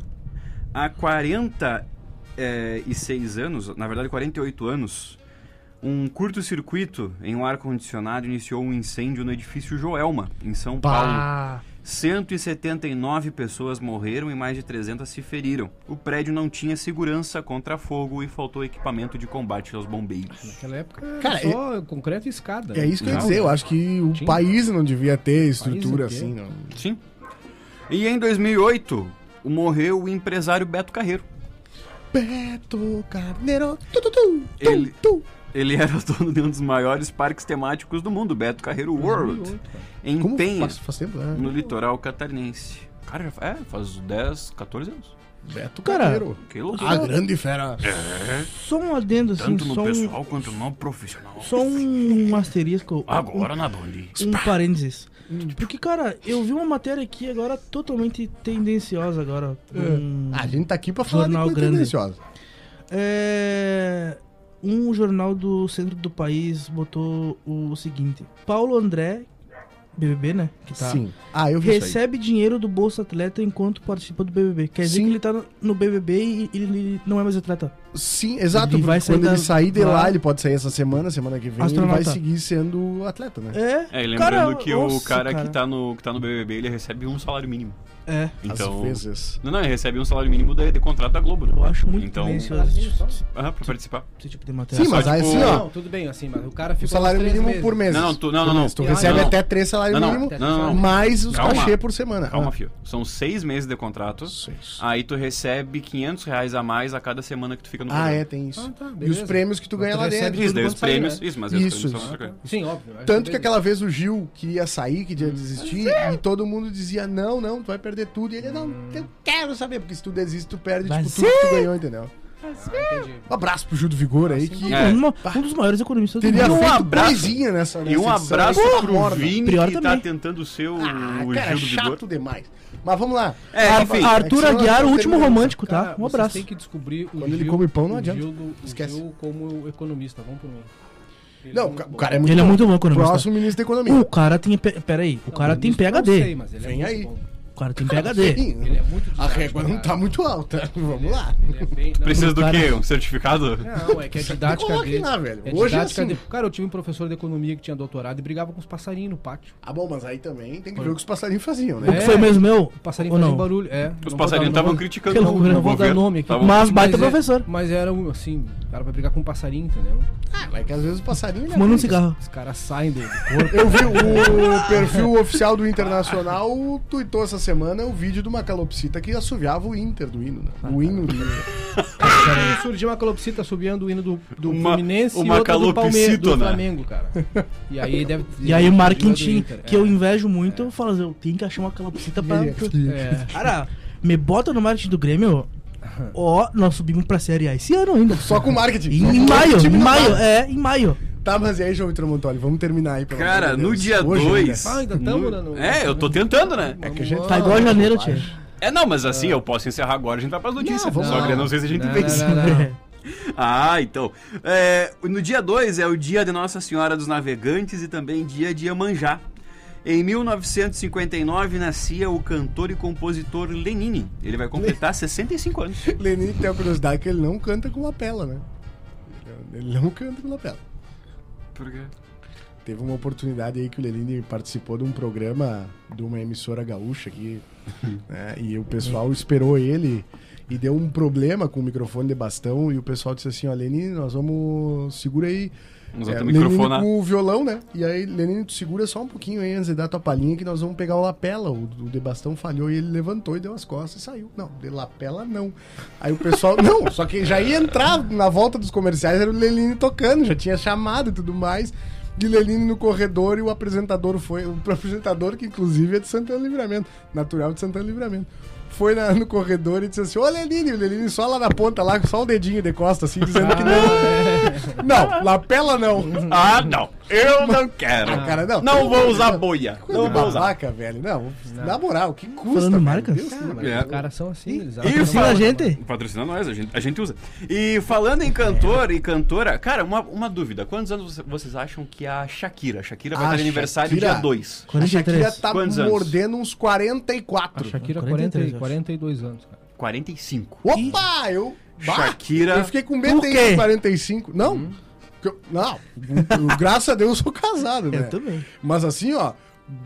S2: há 46 anos, na verdade 48 anos, um curto-circuito em um ar-condicionado iniciou um incêndio no edifício Joelma, em São Paulo.
S1: Pá.
S2: 179 pessoas morreram e mais de 300 se feriram. O prédio não tinha segurança contra fogo e faltou equipamento de combate aos bombeiros.
S4: Naquela época era
S1: Cara,
S4: só concreto e escada.
S1: É
S4: né?
S1: isso que eu ia
S4: Não,
S1: dizer, eu acho que o
S4: Tinha.
S1: país não devia ter estrutura
S4: País
S1: assim,
S4: inteiro.
S1: não.
S2: Sim. E em 2008, morreu o empresário Beto Carreiro.
S1: Beto Carneiro. Tu, tu, tu, tu,
S2: Ele-
S1: tu.
S2: Ele era o dono de um dos maiores parques temáticos do mundo, Beto Carreiro World,
S4: 2008, cara.
S2: em
S1: Como
S2: Penha,
S1: faz, faz tempo, né?
S2: no litoral catarinense. Cara, já fa- é, faz 10, 14 anos.
S1: Beto
S3: Cara,
S1: Carreiro.
S2: Que loucura.
S1: A grande fera.
S3: Só um adendo, assim,
S2: Tanto no
S3: só um,
S2: pessoal quanto no profissional.
S3: só um asterisco.
S2: Agora na Band.
S3: Um parênteses. Porque, cara, eu vi uma matéria aqui agora totalmente tendenciosa agora. Um,
S1: A gente tá aqui pra falar
S3: Jornal
S1: de coisa
S3: grande.
S1: tendenciosa.
S3: é, um jornal do centro do país botou o seguinte. Paulo André, BBB, né? Que tá...
S1: Sim. Ah, eu vi isso aí.
S3: Recebe dinheiro do Bolsa Atleta enquanto participa do BBB. Quer dizer
S1: Sim.
S3: que ele tá no- no BBB e ele, ele não é mais atleta.
S1: Sim, exato.
S3: Ele vai
S1: porque quando
S3: sair
S1: ele
S3: da-
S1: sair de lá,
S3: lá.
S1: ele pode sair essa semana, semana que vem, ele
S3: Astronauta.
S1: vai seguir sendo atleta, né?
S3: É,
S2: É, e lembrando que o
S3: nossa,
S2: cara, que, tá no, que tá no BBB, ele recebe um salário mínimo.
S3: É,
S2: Então...
S1: Às vezes.
S2: Não, não, ele recebe um salário mínimo de, de contrato da Globo. né?
S3: eu acho muito
S2: Então,
S3: tendencioso esse, tipo-
S2: ah, pra participar.
S3: esse tipo de matéria.
S1: Sim,
S2: só,
S1: mas aí
S2: tipo,
S1: assim,
S2: Não,
S4: tá. Não,
S1: ó.
S4: tudo bem, assim, mas o cara fica.
S1: O salário
S4: uns três
S1: mínimo
S4: meses.
S1: por mês.
S2: Não, não, tu- não, não, não.
S1: Tu
S2: Não,
S1: recebe
S2: não.
S1: até três salários
S2: Não, não.
S1: mínimos,
S2: Não, não, não.
S1: mais os
S2: Calma.
S1: cachê por semana.
S2: Calma,
S1: Ah,
S2: fio. São seis meses de contrato.
S1: seis.
S2: Aí tu recebe 500 reais a mais a cada semana que tu fica no
S1: Ah,
S2: programa.
S1: é, tem isso.
S4: Ah, tá,
S1: e os
S4: beleza.
S1: prêmios que tu
S4: Mas
S1: ganha
S4: tu
S1: lá
S4: recebe
S1: dentro.
S2: Isso, daí os
S4: Tudo é quando
S2: prêmios.
S4: sai, né?
S2: Isso, mas isso,
S1: Isso,
S2: prêmios
S1: isso.
S2: são outra coisa.
S4: Sim, óbvio. acho
S1: Tanto que
S4: beleza.
S1: aquela vez o Gil, que ia sair, que
S4: Hum.
S1: ia desistir, e todo mundo dizia, não, não, tu vai perder tudo. E ele, não, eu quero saber, porque se tu desiste, tu perde
S3: Vai
S1: tipo, tudo que tu ganhou, entendeu?
S4: Ah, entendi. Ah,
S1: Um abraço pro Gil do Vigor aí, que
S2: É.
S3: Uma- um dos maiores economistas do
S1: teria
S3: mundo.
S1: feito
S2: um abraço.
S1: coisinha nessa
S2: E um
S1: nessa edição,
S2: abraço
S1: né?
S2: pro
S1: Morna.
S2: Vini
S3: Prior
S2: que tá
S3: também.
S2: tentando ser o,
S1: Ah,
S2: o
S1: cara,
S2: Gil do Vigor.
S1: chato demais. Mas vamos lá.
S2: É,
S1: Ah,
S2: enfim.
S1: é que
S3: Arthur
S1: senão nós
S3: Aguiar, o
S1: não
S3: último
S1: terminamos.
S3: romântico, tá?
S4: Cara,
S3: Um
S4: Ah, vocês
S3: abraço.
S4: têm que descobrir o
S1: Quando ele
S4: Gil-
S1: come pão, não
S4: o
S1: adianta.
S4: Gil do- o
S1: Esquece.
S4: Gil como economista, vamos por mim. Ele é
S1: Não,
S4: muito
S1: o
S4: bom.
S1: cara é muito
S3: Ele é
S1: bom.
S3: muito bom economista.
S1: Próximo ministro da
S3: O
S1: Economia.
S3: cara tem. pe- Pera aí, o cara
S4: Não,
S3: tem
S4: isso eu não
S3: PHD.
S4: sei, mas ele é
S1: Vem
S4: muito
S1: aí.
S4: bom.
S3: O cara tem PHD.
S1: Ih,
S4: Ele é muito
S1: a
S4: didático,
S1: régua não
S4: cara.
S1: tá muito alta. Vamos lá.
S4: Ele é bem- não,
S2: Precisa do
S3: Cara-
S2: quê? Um certificado?
S4: Não, é que a didática
S1: Coloque
S4: dele.
S1: lá, velho.
S4: É
S1: Hoje é
S4: didática
S1: assim.
S4: dele. Cara, eu tive um professor de economia que tinha doutorado e brigava com os passarinhos no pátio.
S1: Ah, bom, mas aí também tem que ver o que os passarinhos faziam,
S3: O
S1: né?
S3: que foi mesmo meu?
S4: O passarinho
S3: Ou
S4: fazia
S3: não?
S4: barulho. É,
S2: Os passarinhos
S4: não vou dar-
S2: estavam
S4: não vou-
S2: criticando
S3: que
S2: o
S3: loucura,
S2: o
S3: não vou dar
S2: governo.
S4: nome aqui.
S2: Tavam-
S3: Mas baita
S4: é-
S3: professor.
S4: mas era um, assim, o cara vai brigar com um passarinho, entendeu?
S1: É que às vezes o passarinho... né,
S3: Fumando um
S1: cara?
S3: cigarro.
S4: Os caras saem do, do corpo.
S1: Eu vi o perfil oficial do Internacional tuitou essa semana o vídeo de uma calopsita que assoviava o Inter do hino, né? O hino do Inter.
S4: E surgiu uma calopsita subindo o hino do, do
S2: Uma-
S4: Fluminense
S2: uma
S4: e outra do Palmeiras, do
S2: calopsitona.
S4: Flamengo, cara. E aí deve
S3: E aí o
S4: do
S3: marketing,
S4: Inter,
S3: que
S4: é.
S3: eu invejo muito, eu falo assim, eu tenho que achar uma calopsita pra.
S4: É.
S3: Cara, me bota no marketing do Grêmio. Ó, nós subimos pra Série A esse ano ainda.
S1: Só com marketing.
S3: Em,
S1: Só com
S3: em maio,
S1: marketing,
S3: em
S1: não
S3: maio,
S1: vai.
S3: é, em maio.
S1: Tá, mas e aí, João Tramontoli, vamos terminar aí. pelo
S2: Cara,
S1: amor de
S2: no
S1: Deus.
S2: dia
S1: Hoje né?
S2: 2.
S4: Ah, ainda tamo, né, no-
S2: É, eu tô tentando, né?
S1: ainda. É que a gente
S3: Tá igual
S1: a
S3: janeiro, tio.
S2: É, não, mas assim, eu posso encerrar agora, a gente vai pras notícias.
S1: Não, vamos
S2: Só
S1: lá.
S2: que eu não sei se a gente
S4: Não,
S2: vence.
S4: não, não, não.
S2: Ah, então. É, no dia 2 é o dia de Nossa Senhora dos Navegantes e também dia de Iemanjá. Em 1959 nascia o cantor e compositor Lenine. Ele vai completar 65 anos.
S1: Lenin tem a curiosidade que ele não canta com lapela, né? Ele não canta com lapela.
S2: Por quê?
S1: Teve uma oportunidade aí que o Lenine participou de um programa de uma emissora gaúcha aqui, né? E o pessoal esperou ele e deu um problema com o microfone de bastão e o pessoal disse assim, ó, Lenine, nós vamos... segura aí.
S2: Vamos
S1: É,
S2: até
S1: o Lenine
S2: microfonar.
S1: com o violão, né? E aí, Lenine, tu segura só um pouquinho aí antes de dar tua palhinha que nós vamos pegar o lapela. O, o de bastão falhou e ele levantou e deu as costas e saiu. Não, de lapela não. Aí o pessoal... não, só que já ia entrar na volta dos comerciais, era o Lenine tocando, já tinha chamado e tudo mais. De Lenine no corredor e o apresentador foi... O apresentador que, inclusive, é de Santana Livramento. Natural de Santana Livramento. Foi na- no corredor e disse assim, ô Lenine, o Lenine só lá na ponta, lá, com só o dedinho de costa, assim, dizendo que não. Não, lapela não.
S2: Ah, não. Eu não quero.
S1: Ah, cara, não.
S2: Não vou usar boia.
S1: Não,
S2: Não vou usar.
S1: babaca, velho. Não, na moral, que custa.
S3: Falando
S1: velho?
S3: marcas?
S1: Deus do céu.
S2: É.
S4: Os caras são assim, eles
S2: E
S4: acham-
S2: fala-
S3: a gente?
S2: É. Patrocina nós, a gente, a gente usa. E falando em cantor e cantora, cara, uma, uma dúvida. Quantos anos você- vocês acham que a Shakira? A Shakira vai
S1: A
S2: estar de aniversário
S1: Shakira.
S2: dia 2.
S1: A Shakira
S3: 43.
S1: tá
S2: Quantos anos?
S1: mordendo uns
S4: A
S1: 44.
S4: Shakira,
S3: 43,
S4: 40,
S3: acho.
S4: 42 anos, cara.
S2: 45.
S1: Opa, eu. Bah,
S2: Shakira.
S1: Eu fiquei com
S3: Por
S1: medo
S3: quê?
S1: de 45. Não? que eu- não, eu- graças a Deus eu sou casado, né?
S3: É, Eu também.
S1: Mas assim, ó,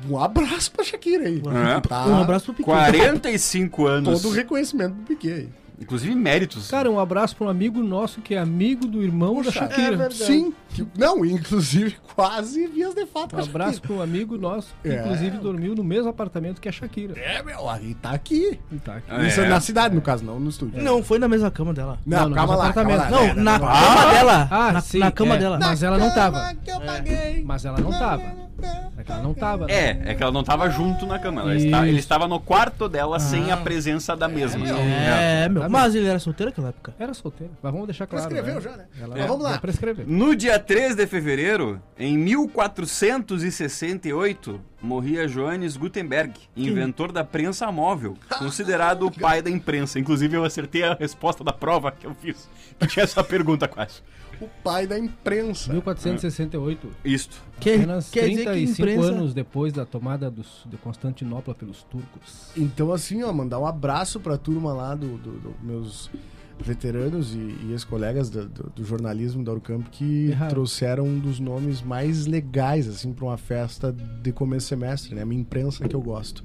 S1: um abraço pra Shakira aí.
S2: É.
S1: Tá?
S3: Um abraço pro Piquet.
S2: 45 anos.
S1: Todo o reconhecimento do Piquet aí.
S2: Inclusive méritos.
S4: Cara, um abraço pra um amigo nosso que é amigo do irmão da
S1: é
S4: Shakira.
S1: Sim. que- não, inclusive quase vias de fato.
S4: Um
S1: com a
S4: abraço pra um amigo nosso que,
S1: É.
S4: inclusive, dormiu no mesmo apartamento que a Shakira.
S1: Shakira. É, meu, aí tá aqui.
S4: E tá aqui.
S2: É.
S1: Isso é na cidade, no caso, não no estúdio.
S3: Não, foi na mesma cama dela.
S1: Não,
S4: Não, no
S1: calma,
S4: nosso
S1: lá, calma lá.
S4: apartamento.
S3: Não,
S1: É,
S3: na
S1: calma lá.
S3: cama dela.
S4: Ah,
S3: na,
S4: sim,
S3: na cama
S4: é.
S3: dela.
S2: É.
S4: Mas ela não tava.
S1: que eu paguei.
S4: Mas ela não tava. Mas ela não tava, né?
S2: É, é que ela não tava junto na cama. Ela está,
S4: Isso.
S2: ele estava no quarto dela sem a presença da mesma.
S3: É, meu. Mas ele era solteiro naquela época.
S4: Era solteira. Mas vamos deixar claro.
S1: Prescreveu já, né? Mas vamos lá.
S4: já Prescreveu.
S2: No dia 3 de fevereiro, em 1468, morria Johannes Gutenberg, inventor da prensa móvel, considerado o pai da imprensa. Inclusive, eu acertei a resposta da prova que eu fiz, que tinha essa pergunta quase.
S1: O pai da imprensa.
S4: 1468.
S2: Isto.
S3: Quer,
S4: Apenas
S3: quer dizer que
S4: 35
S3: imprensa...
S4: anos depois da tomada dos- de Constantinopla pelos turcos.
S1: Então, assim, ó, mandar um abraço pra turma lá do, do- do- meus veteranos e, e ex-colegas do, do- do jornalismo da Urucamp que
S4: Errado.
S1: trouxeram um dos nomes mais legais, assim, pra uma festa de começo de semestre, né? Minha imprensa que eu gosto.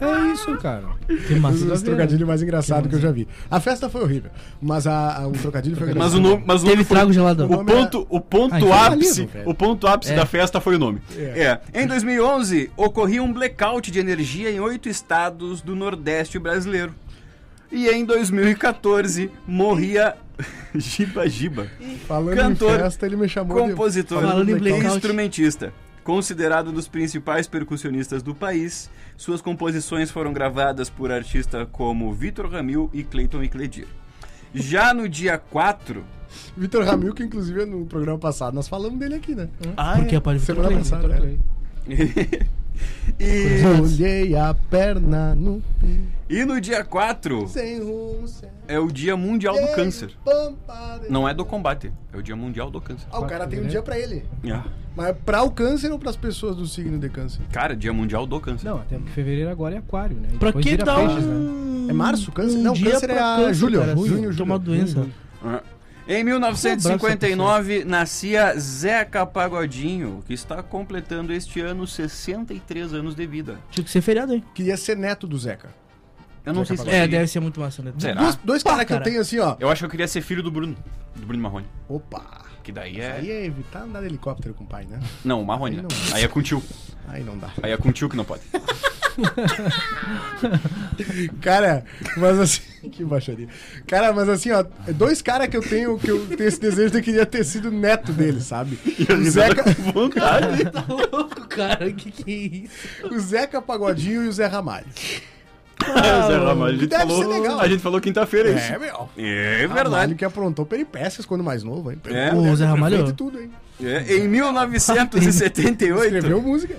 S4: É isso, cara.
S3: Que massa.
S1: Um dos
S4: né?
S1: trocadilhos mais engraçados que eu já vi. A festa foi horrível, mas a, a- o trocadilho foi
S2: Mas o
S1: engraçado.
S2: nome. Mas o
S3: Teve
S2: nome é- foi-
S3: trago gelado.
S2: O ponto, o
S3: Ah,
S2: ponto
S3: então é
S2: ápice,
S1: mesmo, velho.
S2: o ponto ápice
S3: É.
S2: da festa foi o nome.
S1: É.
S2: É. Em 2011, ocorria um blackout de energia em oito estados do Nordeste brasileiro. E em 2014, morria Giba Giba,
S1: Falando
S2: cantor,
S1: em festa, ele me chamou
S2: compositor
S3: Falando em
S2: e
S3: blackout.
S2: instrumentista. Considerado um dos principais percussionistas do país, suas composições foram gravadas por artistas como Vitor Ramil e Clayton e Cledir. Já no dia 4...
S1: de Vitor Ramil, que inclusive é no programa passado nós falamos dele aqui, né?
S3: Porque a parte
S1: Semana passada. é.
S2: e...
S1: Olhei a perna no fim,
S2: E no dia 4
S1: sem rumo, sem...
S2: é o Dia Mundial do Câncer.
S1: Pampa de-
S2: Não é do combate, é o Dia Mundial do Câncer.
S1: Ah, o cara tem um dia pra ele.
S2: Ah,
S1: Mas pra o câncer ou pras pessoas do signo de câncer?
S2: Cara, Dia Mundial do Câncer.
S4: Não, até porque fevereiro agora é aquário, né? E
S3: Pra
S4: depois
S3: que
S4: vira
S3: dar
S4: peixes, né?
S3: um...
S1: É março, câncer? Não,
S3: dia
S1: câncer é
S3: pra
S1: a julho,
S3: cara,
S1: junho,
S3: junho,
S1: julho.
S3: uma doença.
S2: Ah. Em 1959 nascia Zeca Pagodinho, que está completando este ano 63 anos de vida.
S3: Tinha que ser feriado, hein?
S1: Queria ser neto do Zeca.
S2: Eu não sei se
S3: É,
S2: eu queria.
S3: deve ser muito massa, né?
S2: Será?
S1: Dois, dois
S3: Pá,
S1: caras que eu
S3: cara.
S1: tenho assim, ó.
S2: Eu acho que eu queria ser filho do Bruno, do Bruno Marrone.
S1: Opa!
S2: Que daí
S1: Aí
S2: é.
S1: é evitar andar de helicóptero com o pai, né?
S2: Não, Marrone. né? Aí é com tio.
S1: Aí não dá.
S2: Aí é com tio que não pode.
S1: Cara, mas assim. que baixaria. Cara, mas assim, ó. Dois caras que eu tenho que eu tenho esse desejo de eu queria ter sido neto dele, sabe? O Zeca,
S2: Com vontade.
S3: Tá louco, cara? Que que é isso?
S1: o Zeca Pagodinho e o Zé Ramalho.
S2: Ah, Zé Ramalho, a gente
S1: Deve
S2: falou,
S1: ser legal.
S2: A gente falou quinta-feira isso.
S1: meu.
S2: É
S1: Ramalho
S2: verdade.
S1: que aprontou peripécias quando mais novo, hein?
S2: É.
S1: Mulher
S3: O Zé
S1: do
S3: Ramalho?
S1: prefeito e Tudo, hein?
S2: É, em 1978,
S1: Escreveu música.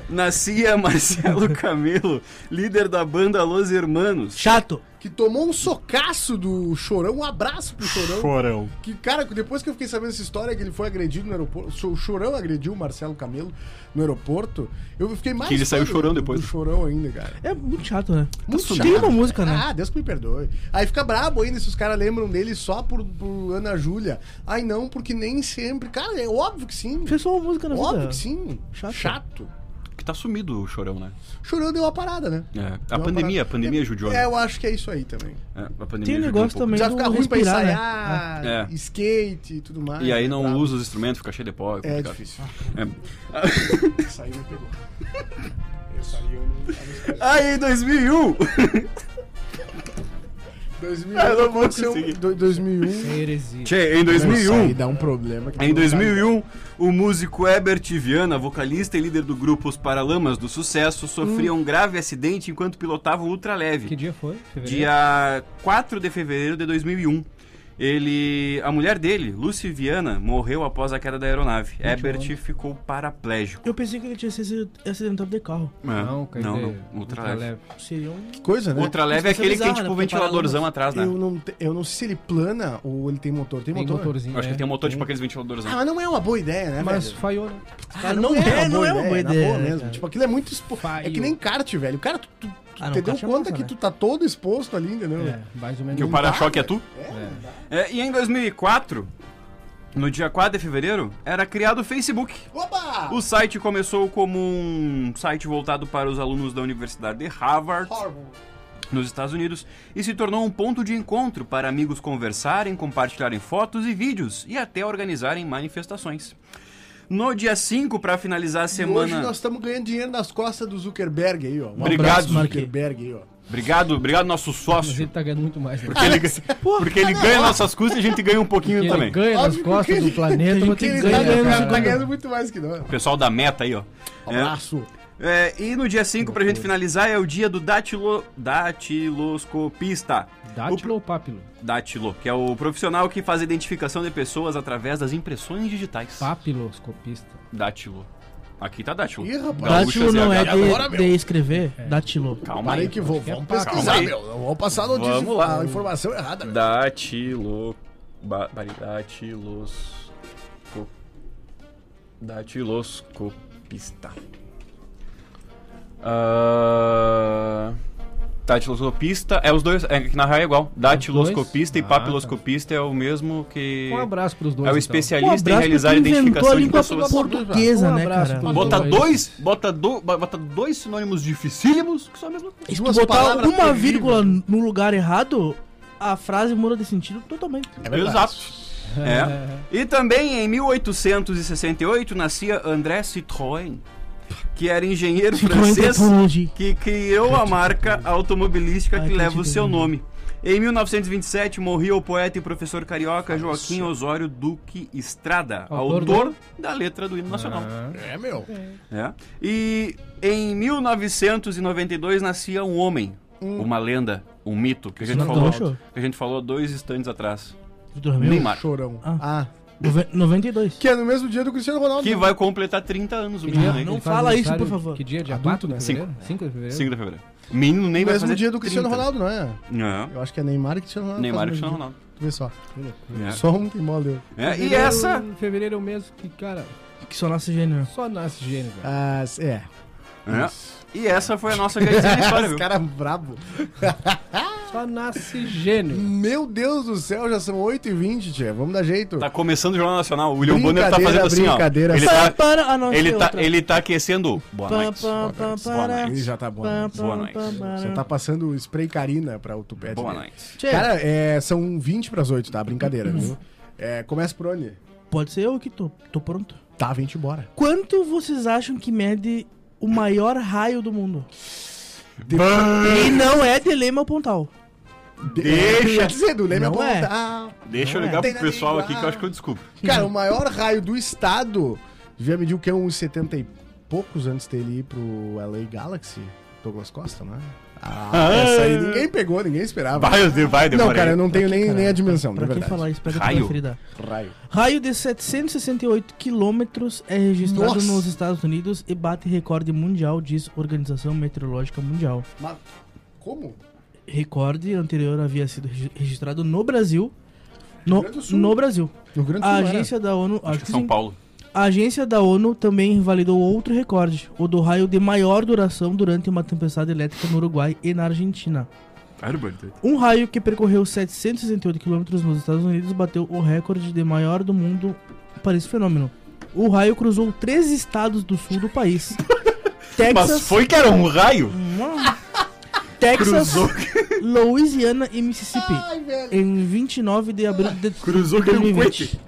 S2: nascia Marcelo Camelo, líder da banda Los Hermanos.
S3: Chato.
S1: Que tomou um socaço do Chorão. Um abraço pro Chorão. Que, cara, depois que eu fiquei sabendo essa história, que ele foi agredido no aeroporto, o Chorão agrediu o Marcelo Camelo no aeroporto, eu fiquei mais.
S2: Que ele
S1: fã
S2: saiu
S1: do-
S2: chorando depois.
S1: Do Chorão ainda, cara.
S3: É muito chato, né?
S1: Muito
S3: Tem
S1: chato.
S3: uma música, né?
S1: Ah, Deus que me perdoe. Aí fica brabo ainda se os caras lembram dele só por, por Ana Júlia. Ai não, porque nem sempre. Cara, é óbvio que sim.
S3: Fez só uma música na
S1: Óbvio
S3: vida.
S1: que sim. Chato.
S3: Chato.
S2: Que tá sumido o chorão, né?
S1: Chorão deu uma parada, né?
S2: É, a
S1: Deu uma
S2: pandemia, a pandemia
S1: É,
S2: judiou, né?
S1: É, eu acho que é isso aí também.
S2: É, a pandemia
S3: Tem um
S2: ajudou
S3: negócio
S2: pouco.
S3: também
S1: Já
S3: do
S1: fica ruim pra
S3: respirar, né?
S1: ensaiar,
S2: É.
S1: skate e tudo mais.
S2: E aí não
S1: Brabo.
S2: usa os instrumentos, fica cheio de pó.
S1: né?
S2: É,
S1: É
S2: complicado.
S1: difícil.
S2: É.
S1: Isso aí me pegou. Essa aí eu não.
S2: Aí, Ah, em 2001,
S1: 2001
S2: Eu não vou
S1: aconteceu-
S2: conseguir.
S1: do- 2001.
S4: É heresia.
S2: Tchê, em
S1: Isso
S2: 2001,
S1: aí dá um problema. que
S2: Em
S1: tu não sabe.
S2: 2001, o músico Herbert Viana, vocalista e líder do grupo Os Paralamas do Sucesso, sofria
S1: Hum.
S2: um grave acidente enquanto pilotava o ultraleve.
S4: Que dia foi? Fevereiro?
S2: Dia 4 de fevereiro de 2001. Ele, a mulher dele, Lucy Viana, morreu após a queda da aeronave. Herbert ficou paraplégico.
S3: Eu pensei que ele tinha sido acidentado de carro.
S4: Não, quer
S2: não,
S4: dizer,
S2: não. Ultraleve.
S3: Seria um...
S1: Que coisa, né?
S2: Ultraleve é
S3: Isso é
S2: aquele que tem
S3: bizarro,
S2: tipo
S3: né?
S2: um
S3: Porque
S2: ventiladorzão
S3: Paralamas-
S2: atrás, né?
S1: Eu não, te- eu não sei se ele plana ou ele tem motor. Tem
S4: Tem
S1: motor?
S4: motorzinho.
S2: Eu acho que
S4: né?
S2: ele tem um motor tipo aqueles ventiladorzão.
S1: Ah, mas não é uma boa ideia, né,
S4: Mas
S1: velho?
S4: falhou, né?
S1: Ah,
S3: não é, não é uma boa
S1: na
S3: ideia,
S1: boa
S3: né,
S1: mesmo.
S3: cara?
S1: Tipo, aquilo é muito exposto.
S4: Faio.
S1: É que nem kart, velho. O cara, tu, tu, tu
S3: Ah, não,
S1: te deu
S3: kart é
S1: conta
S3: massa,
S1: que
S3: né?
S1: tu tá todo exposto ali, entendeu?
S4: É, mais ou menos.
S2: Que o
S4: um-
S2: para-choque é tu? É, e em 2004, no dia 4 de fevereiro, era criado o Facebook.
S1: Opa!
S2: O site começou como um site voltado para os alunos da Universidade de Harvard, nos Estados Unidos, e se tornou um ponto de encontro para amigos conversarem, compartilharem fotos e vídeos e até organizarem manifestações. No dia 5, para finalizar a
S1: Hoje
S2: semana.
S1: nós estamos ganhando dinheiro nas costas do Zuckerberg aí, ó. Um
S2: Obrigado,
S1: abraço pro
S3: Marquinhos.
S1: Zuckerberg aí, ó.
S2: Obrigado, obrigado nosso
S4: Mas
S2: sócio.
S4: ele tá ganhando muito mais. Né?
S2: Porque ele, porque ele ganha nossas custas e a gente ganha um pouquinho
S4: Porque ele
S2: também.
S4: ganha nas
S1: Óbvio que
S4: costas
S1: ele-
S4: do planeta, mas
S1: Porque
S4: tem que
S1: ele tá
S4: ganhar.
S1: ganhando,
S4: nas
S1: tá
S4: costas.
S1: ganhando muito mais que nós.
S2: O pessoal da meta aí, ó.
S1: Abraço.
S2: É, e no dia 5, pra gente finalizar, é o dia do datilo... datiloscopista.
S4: Dátilo ou papilo?
S2: O... Datilo, que é o profissional que faz a identificação de pessoas através das impressões digitais.
S4: Tá. Papiloscopista.
S2: Dátilo. Aqui tá dátilo.
S1: Ih, rapaz.
S2: Gaúcho,
S3: Dátilo não é
S2: ZH.
S1: agora,
S3: de,
S1: meu.
S3: de escrever, dátilo.
S2: Calma
S1: Parei
S2: aí.
S1: que vou.
S4: que é
S1: Vamos
S4: papo.
S1: pesquisar,
S2: Calma aí.
S1: meu. Não vamos passar a notícia,
S2: Vamos lá.
S1: a informação errada, meu.
S2: Datilo... ba- pare- Datilosco... Datiloscopista. Ah, Datiloscopista é os dois, é que na real é igual. Datiloscopista e
S4: Ah, tá.
S2: papiloscopista é o mesmo que.
S4: Um abraço pros dois.
S2: É o
S4: então.
S3: Um
S2: especialista em
S3: abraço
S2: realizar
S3: pra
S2: a
S3: quem inventou a
S2: identificação de
S3: língua
S2: pessoas.
S3: portuguesa,
S4: Um
S3: né,
S4: abraço
S3: cara?
S4: pra-
S2: Bota
S4: Dois.
S2: dois, bota, do, bota dois sinônimos dificílimos, que são a mesma coisa.
S3: Se tu
S1: Duas
S3: botar
S1: palavras
S3: uma
S1: terríveis.
S3: vírgula
S2: né?
S3: no lugar errado, a frase muda de sentido totalmente.
S1: É verdade.
S2: Exato. É. E também em 1868 nascia André Citroën, que era engenheiro francês
S3: Technology.
S2: que criou a marca automobilística
S3: Ai,
S2: que
S3: que
S2: leva o seu
S3: divertido.
S2: nome. Em 1927 morria o poeta e professor carioca Joaquim Osório Duque Estrada,
S4: Autor do-
S2: autor da letra do hino nacional.
S4: Ah,
S1: É, meu.
S2: né? E em 1992 nascia um homem,
S1: Hum.
S2: uma lenda, um mito que a gente
S3: Não
S2: falou,
S3: achou?
S2: que a gente falou dois instantes atrás,
S3: Vitor Ramiro?
S2: Neymar,
S1: Chorão. Ah.
S3: Ah. Noven- 92.
S1: Que é no mesmo dia do Cristiano Ronaldo. né?
S2: que vai completar 30 anos o
S4: que
S2: menino,
S4: dia-
S2: hein?
S3: não
S4: ele faz
S3: fala isso,
S4: aniversário-
S3: por favor.
S4: Que dia? Dia
S3: Adulto,
S4: 4 de
S3: né?
S4: fevereiro? 5 de fevereiro?
S2: 5 de fevereiro. O menino nem
S1: no
S2: vai
S1: mesmo
S2: fazer
S1: dia do Cristiano
S2: 30.
S1: Ronaldo, não é?
S2: Não.
S1: Eu acho que é Neymar e Cristiano Ronaldo.
S2: Neymar e
S1: fazem
S2: Cristiano
S1: no mesmo
S2: Ronaldo.
S1: dia. Tu Vê só.
S2: É.
S1: Só um tem mó deu.
S2: É, E
S4: Fevereiro-
S2: essa
S4: Fevereiro é o mês que, cara,
S3: Que só nasce gênero.
S4: só nasce gênio, velho.
S1: Ah, é.
S2: É. E essa foi a nossa gatinha de história,
S1: Os
S2: viu?
S1: caras brabo.
S4: Só nasce gênio.
S1: Meu Deus do céu, já são 8h20, tia. Vamos dar jeito.
S2: Tá começando o Jornal Nacional. O William Bonner tá
S1: Brincadeira,
S2: fazendo assim, ó.
S1: brincadeira.
S2: Ele
S3: Para,
S2: tá,
S3: para, ah, não,
S2: ele
S3: tem
S2: tá,
S3: outra.
S2: ele tá aquecendo. Boa noite. Boa
S3: pá,
S2: noite.
S3: pá,
S2: Boa
S3: pá.
S2: noite.
S1: já tá bom.
S3: Pá, pá,
S2: Boa noite.
S3: pá, pá.
S1: Já tá passando spray carina pra o tupete.
S2: Boa
S1: dele.
S2: noite.
S3: Tchê,
S1: Cara, é, são 20 pras 8, tá? Brincadeira, viu? É, começa por onde?
S3: pode ser eu que tô, tô pronto.
S1: Tá, 20 embora.
S3: Quanto vocês acham que mede o maior raio do mundo?
S2: Hum.
S3: E não é de Lema ao Pontal.
S2: Deixa.
S1: Quer dizer, do Leme
S3: Não
S1: aponta.
S3: é.
S1: Ah,
S2: Deixa eu
S3: Não é.
S2: ligar
S1: Tem
S2: pro
S1: na
S2: pessoal
S1: língua.
S2: aqui que eu acho que eu descubro.
S1: Cara, o maior raio do estado devia medir o que? Uns 70 e poucos antes dele ir pro LA Galaxy? Douglas Costa, né? Ah, essa aí ninguém pegou, ninguém esperava.
S2: Vai, eu de- vai, demorar.
S1: não, cara, eu não tenho nem,
S3: Cara,
S1: nem a dimensão,
S3: Pra
S1: de
S3: quem
S1: verdade.
S3: falar isso, pega
S2: Raio?
S3: raio. ferida.
S1: Raio.
S3: Raio de 768 quilômetros é registrado
S1: Nossa.
S3: nos Estados Unidos e bate recorde mundial, diz Organização Meteorológica Mundial.
S1: Mas como?
S3: Recorde anterior havia sido regi- registrado no Brasil. No,
S1: Grande do Sul.
S3: no Brasil.
S1: No Grande
S3: A
S1: Sul era.
S3: agência da ONU.
S2: Acho que é São
S3: sim.
S2: Paulo.
S3: A agência da ONU também validou outro recorde, o do raio de maior duração durante uma tempestade elétrica no Uruguai e na Argentina. Um raio que percorreu 768 quilômetros nos Estados Unidos bateu o recorde de maior do mundo para esse fenômeno. O raio cruzou três estados do sul do país. Texas,
S2: Mas foi que era um raio?
S3: Texas, Louisiana e Mississippi. em 29 de abril de
S2: Cruzou que era um
S3: 2020.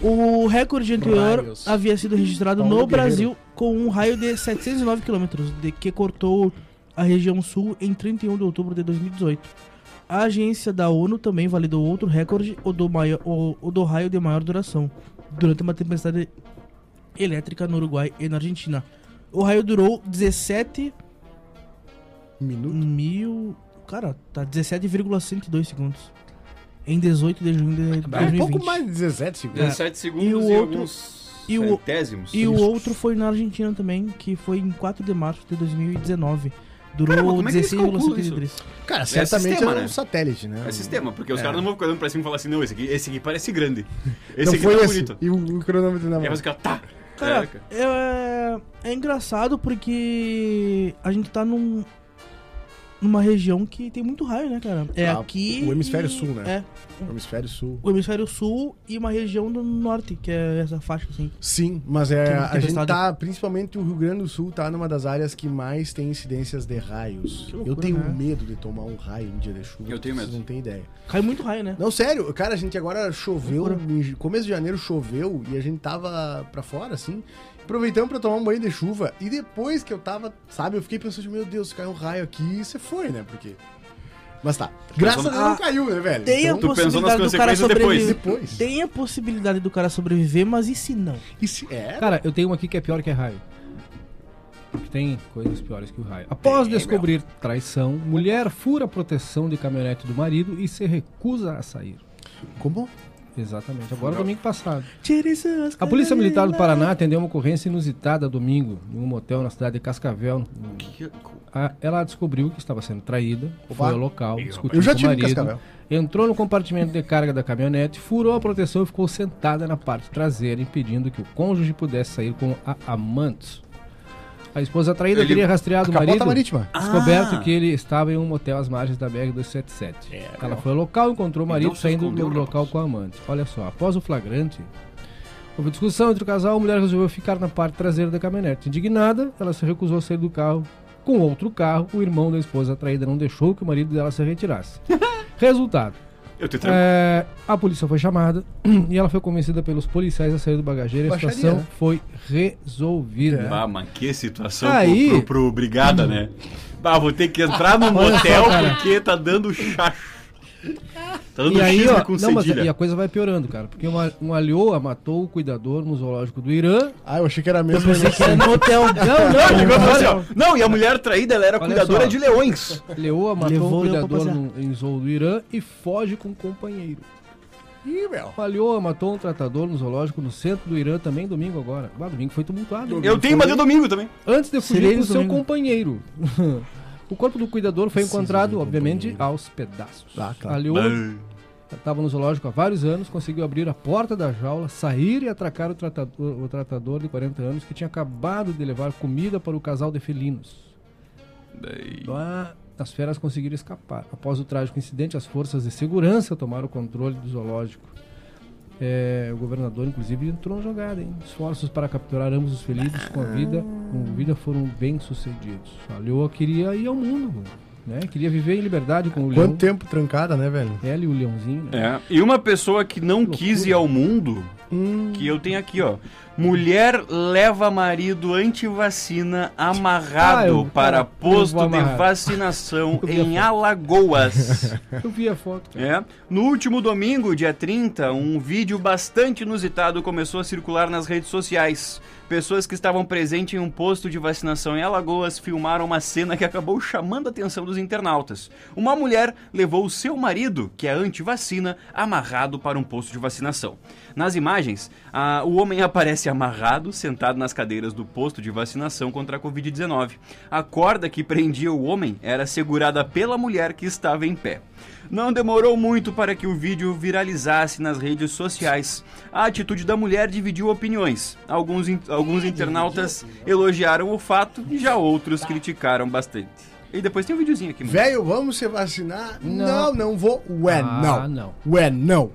S3: O recorde anterior
S1: Raios.
S3: havia sido registrado
S1: Paulo
S3: no
S1: Guerreiro.
S3: Brasil com um raio de 709 quilômetros, de que cortou a região sul em 31 de outubro de 2018. A agência da ONU também validou outro recorde, o do, maio- o- o do raio de maior duração, durante uma tempestade elétrica no Uruguai e na Argentina. O raio durou 17
S1: Minuto.
S3: mil... Cara, tá 17,102 segundos. Em 18 de junho de 2020.
S1: É um pouco mais de 17 segundos.
S2: 17
S3: E o
S2: segundos e,
S3: outro-
S2: alguns
S3: e o-
S2: centésimos.
S3: E o outro foi na Argentina também, que foi em 4 de março de 2019. Durou
S2: Caramba, como é que eles calculam
S3: 16,73.
S1: Cara, certamente
S2: É. sistema,
S1: era um
S2: né?
S1: satélite, né?
S2: É sistema, porque os caras não vão ficar olhando pra cima e falar assim, não, esse aqui, esse aqui parece grande. Esse
S1: Não
S2: aqui
S1: foi
S2: tá
S1: esse.
S2: bonito.
S1: E o, o cronômetro na
S2: E aí
S1: mão.
S2: os caras, tá.
S3: Cara,
S2: Caraca.
S3: é, é engraçado porque a gente tá num, numa região que tem muito raio, né, cara? É
S1: Ah,
S3: aqui.
S1: o hemisfério
S3: e-
S1: sul, né?
S3: É.
S1: Hemisfério sul.
S3: O hemisfério sul e uma região do norte, que é essa faixa assim.
S1: Sim, mas é,
S3: Tem
S1: a gente
S3: tempestade.
S1: tá, principalmente o Rio Grande do Sul tá numa das áreas que mais tem incidências de raios.
S3: Que loucura,
S1: eu tenho
S3: né?
S1: medo de tomar um raio no dia de chuva.
S2: Eu tenho
S1: vocês
S2: medo.
S1: não tem ideia.
S3: Cai muito raio, né?
S1: Não, sério, cara, a gente agora choveu,
S3: Loucura.
S1: em começo de janeiro choveu e a gente tava pra fora, assim, aproveitamos pra tomar um banho de chuva. E depois que eu tava, sabe, eu fiquei pensando, meu Deus, se caiu um raio aqui, você foi, né? Porque. Mas tá. Graças a Deus não
S3: Ah,
S1: caiu, né, velho?
S3: Tem a
S2: tu pensou nas
S3: possibilidade do cara
S2: consequências
S3: sobreviver.
S1: depois. Depois.
S3: Tem a possibilidade do cara sobreviver, mas e se não?
S1: E se- é,
S4: Cara, eu tenho uma aqui que é pior que é raio. Porque tem coisas piores que o raio. Após descobrir traição, mulher fura a proteção de caminhonete do marido e se recusa a sair.
S1: como?
S4: Exatamente. Agora é domingo passado.
S3: Tire suas
S4: A Polícia Militar do
S3: canelas.
S4: Paraná atendeu uma ocorrência inusitada domingo em um motel na cidade de Cascavel. A- ela descobriu que estava sendo traída, foi ao local, discutiu
S1: Eu já
S4: com o
S1: tive em
S4: marido,
S1: Cascavel.
S4: entrou no compartimento de carga da caminhonete, furou a proteção e ficou sentada na parte traseira, impedindo que o cônjuge pudesse sair com a amante. A esposa traída
S2: Ele-
S4: teria rastreado o
S1: a capota
S4: marido,
S1: marítima.
S4: descoberto
S2: Ah.
S4: que ele estava em um motel às margens da BR-277.
S2: É,
S4: Ela foi ao local, encontrou o marido
S2: Então se
S4: saindo do
S2: escondeu,
S4: local com a amante. Olha só, após o flagrante, Houve discussão entre o casal, a mulher resolveu ficar na parte traseira da caminhonete. Indignada, ela se recusou a sair do carro. Com outro carro, o irmão da esposa traída não deixou que o marido dela se retirasse. Resultado:
S2: Eu te tranquilo.
S4: é, a polícia foi chamada e ela foi convencida pelos policiais a sair do bagageiro. e A
S1: Baixaria,
S4: situação
S1: né?
S4: foi resolvida.
S2: Bah, mas que situação
S4: É. Aí-
S2: pro, pro, pro Brigada, né? Bah, vou ter que entrar no motel porque tá dando chacho. Tá dando
S4: E aí,
S2: chisme
S4: ó,
S2: com
S4: não, mas é,
S2: cedilha.
S4: e a coisa vai piorando, cara, porque uma, uma leoa matou o cuidador no zoológico do Irã.
S1: Ah, eu achei que era mesmo.
S3: Pensei que era no hotel.
S4: Não,
S2: Não, ele
S4: não,
S2: falou assim, ó, não, e a mulher traída, ela era
S4: Olha
S2: cuidadora
S4: só.
S2: é de leões.
S4: Leoa matou
S3: Levou
S4: o
S3: o leão pra
S4: cuidador
S3: passear.
S4: no, em zoo do Irã e foge com o companheiro.
S1: Ih, meu.
S4: Falhou, matou um tratador no zoológico no centro do Irã também domingo agora. Ah, domingo foi tumultuado.
S2: Eu tenho, mas é domingo também.
S4: Antes de fugir
S3: Sereno
S4: com seu
S3: domingo.
S4: companheiro. o corpo do cuidador foi encontrado, obviamente, aos pedaços.
S1: Ah, claro.
S4: A leoa estava no zoológico há vários anos, conseguiu abrir a porta da jaula, sair e atracar o tratador, o tratador de 40 anos que tinha acabado de levar comida para o casal de felinos. Ah, As feras conseguiram escapar. Após o trágico incidente, as forças de segurança tomaram o controle do zoológico. É, o governador, inclusive, entrou na jogada. Hein? Esforços para capturar ambos os felinos com a vida, com vida foram bem sucedidos. A leoa queria ir ao mundo, né? queria viver em liberdade com o leão.
S1: Quanto tempo trancada, né, velho?
S4: Ela e o leãozinho. né?
S2: É, E uma pessoa que não
S4: Que
S2: quis
S4: loucura.
S2: ir ao mundo, que eu tenho aqui, ó. Mulher leva marido antivacina
S4: Ah, eu-
S2: amarrado para
S4: eu vou
S2: posto de
S4: amarrar.
S2: vacinação
S4: Eu vi a
S2: em
S4: foto.
S2: Alagoas.
S4: Eu vi a foto. cara.
S2: É. No último domingo, dia 30, um vídeo bastante inusitado começou a circular nas redes sociais. Pessoas que estavam presentes em um posto de vacinação em Alagoas filmaram uma cena que acabou chamando a atenção dos internautas. Uma mulher levou o seu marido, que é antivacina, amarrado para um posto de vacinação. Nas imagens, a- o homem aparece amarrado, sentado nas cadeiras do posto de vacinação contra a Covid-19. A corda que prendia o homem era segurada pela mulher que estava em pé. Não demorou muito para que o vídeo viralizasse nas redes sociais. A atitude da mulher dividiu opiniões. Alguns, in- alguns internautas elogiaram o fato, já outros criticaram bastante. E depois tem um videozinho aqui, mano.
S1: Velho, vamos se vacinar? Não, não,
S4: Não.
S1: vou. Ué,
S4: Ah,
S1: não.
S4: não.
S1: Ué, não.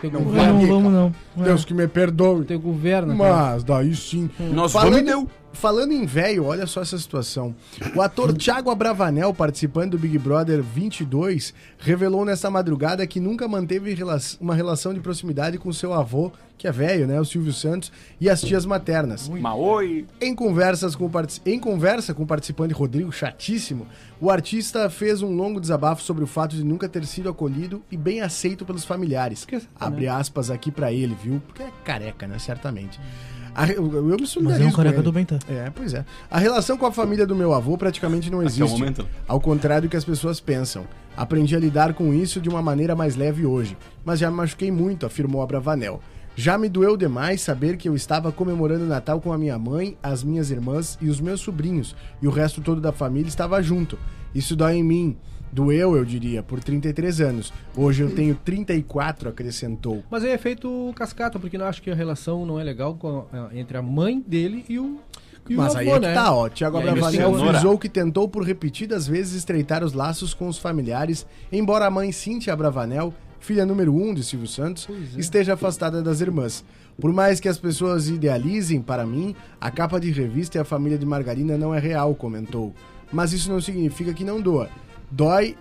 S4: Tem
S1: Não
S4: governo,
S3: Não
S1: vai.
S3: vamos, não.
S1: Deus que me perdoe.
S4: tem governo. né? cara. Hum.
S1: Mas daí sim.
S2: Nós
S1: falando,
S2: vamos e deu.
S1: falando em velho, olha só essa situação. O
S4: Hum.
S1: ator Thiago Abravanel, participando do Big Brother 22, revelou nesta madrugada que nunca manteve rela- uma relação de proximidade com seu avô, que é velho, né, o Silvio Santos, e as tias maternas.
S2: Maoi.
S1: Em, conversas com o partici- em conversa com o participante Rodrigo Chatíssimo, o artista fez um longo desabafo sobre o fato de nunca ter sido acolhido e bem aceito pelos familiares.
S4: Esquece, né?
S1: Abre aspas aqui pra ele, viu? Porque é careca, né? Certamente. A re- Eu, eu me
S3: Hum. Mas
S1: solidarizo
S3: é um careca
S1: com
S3: do
S1: ele.
S3: bem, tá?
S1: É, pois é. A relação com a família do meu avô praticamente não
S2: Até é o
S1: existe.
S2: momento.
S1: Ao contrário do que as pessoas pensam. Aprendi a lidar com isso de uma maneira mais leve hoje, mas já me machuquei muito, afirmou Abravanel. Já me doeu demais saber que eu estava comemorando o Natal com a minha mãe, as minhas irmãs e os meus sobrinhos, e o resto todo da família estava junto. Isso dói em mim. Doeu, eu diria, por 33 anos. Hoje eu tenho 34, acrescentou.
S4: Mas aí é feito cascata, porque eu acho que a relação não é legal com a- entre a mãe dele e o, e o
S1: Mas aí
S4: avô,
S1: é que
S4: né?
S1: tá, ó. Tiago
S4: E é a
S1: Abravanel
S2: investigadora.
S1: frisou que tentou por repetidas vezes estreitar os laços com os familiares, embora a mãe Cíntia Abravanel, filha número um de Silvio Santos,
S4: é.
S1: esteja afastada das irmãs. Por mais que as pessoas idealizem, para mim, a capa de revista e a família de Margarina não é real, comentou. Mas isso não significa que não doa. Dói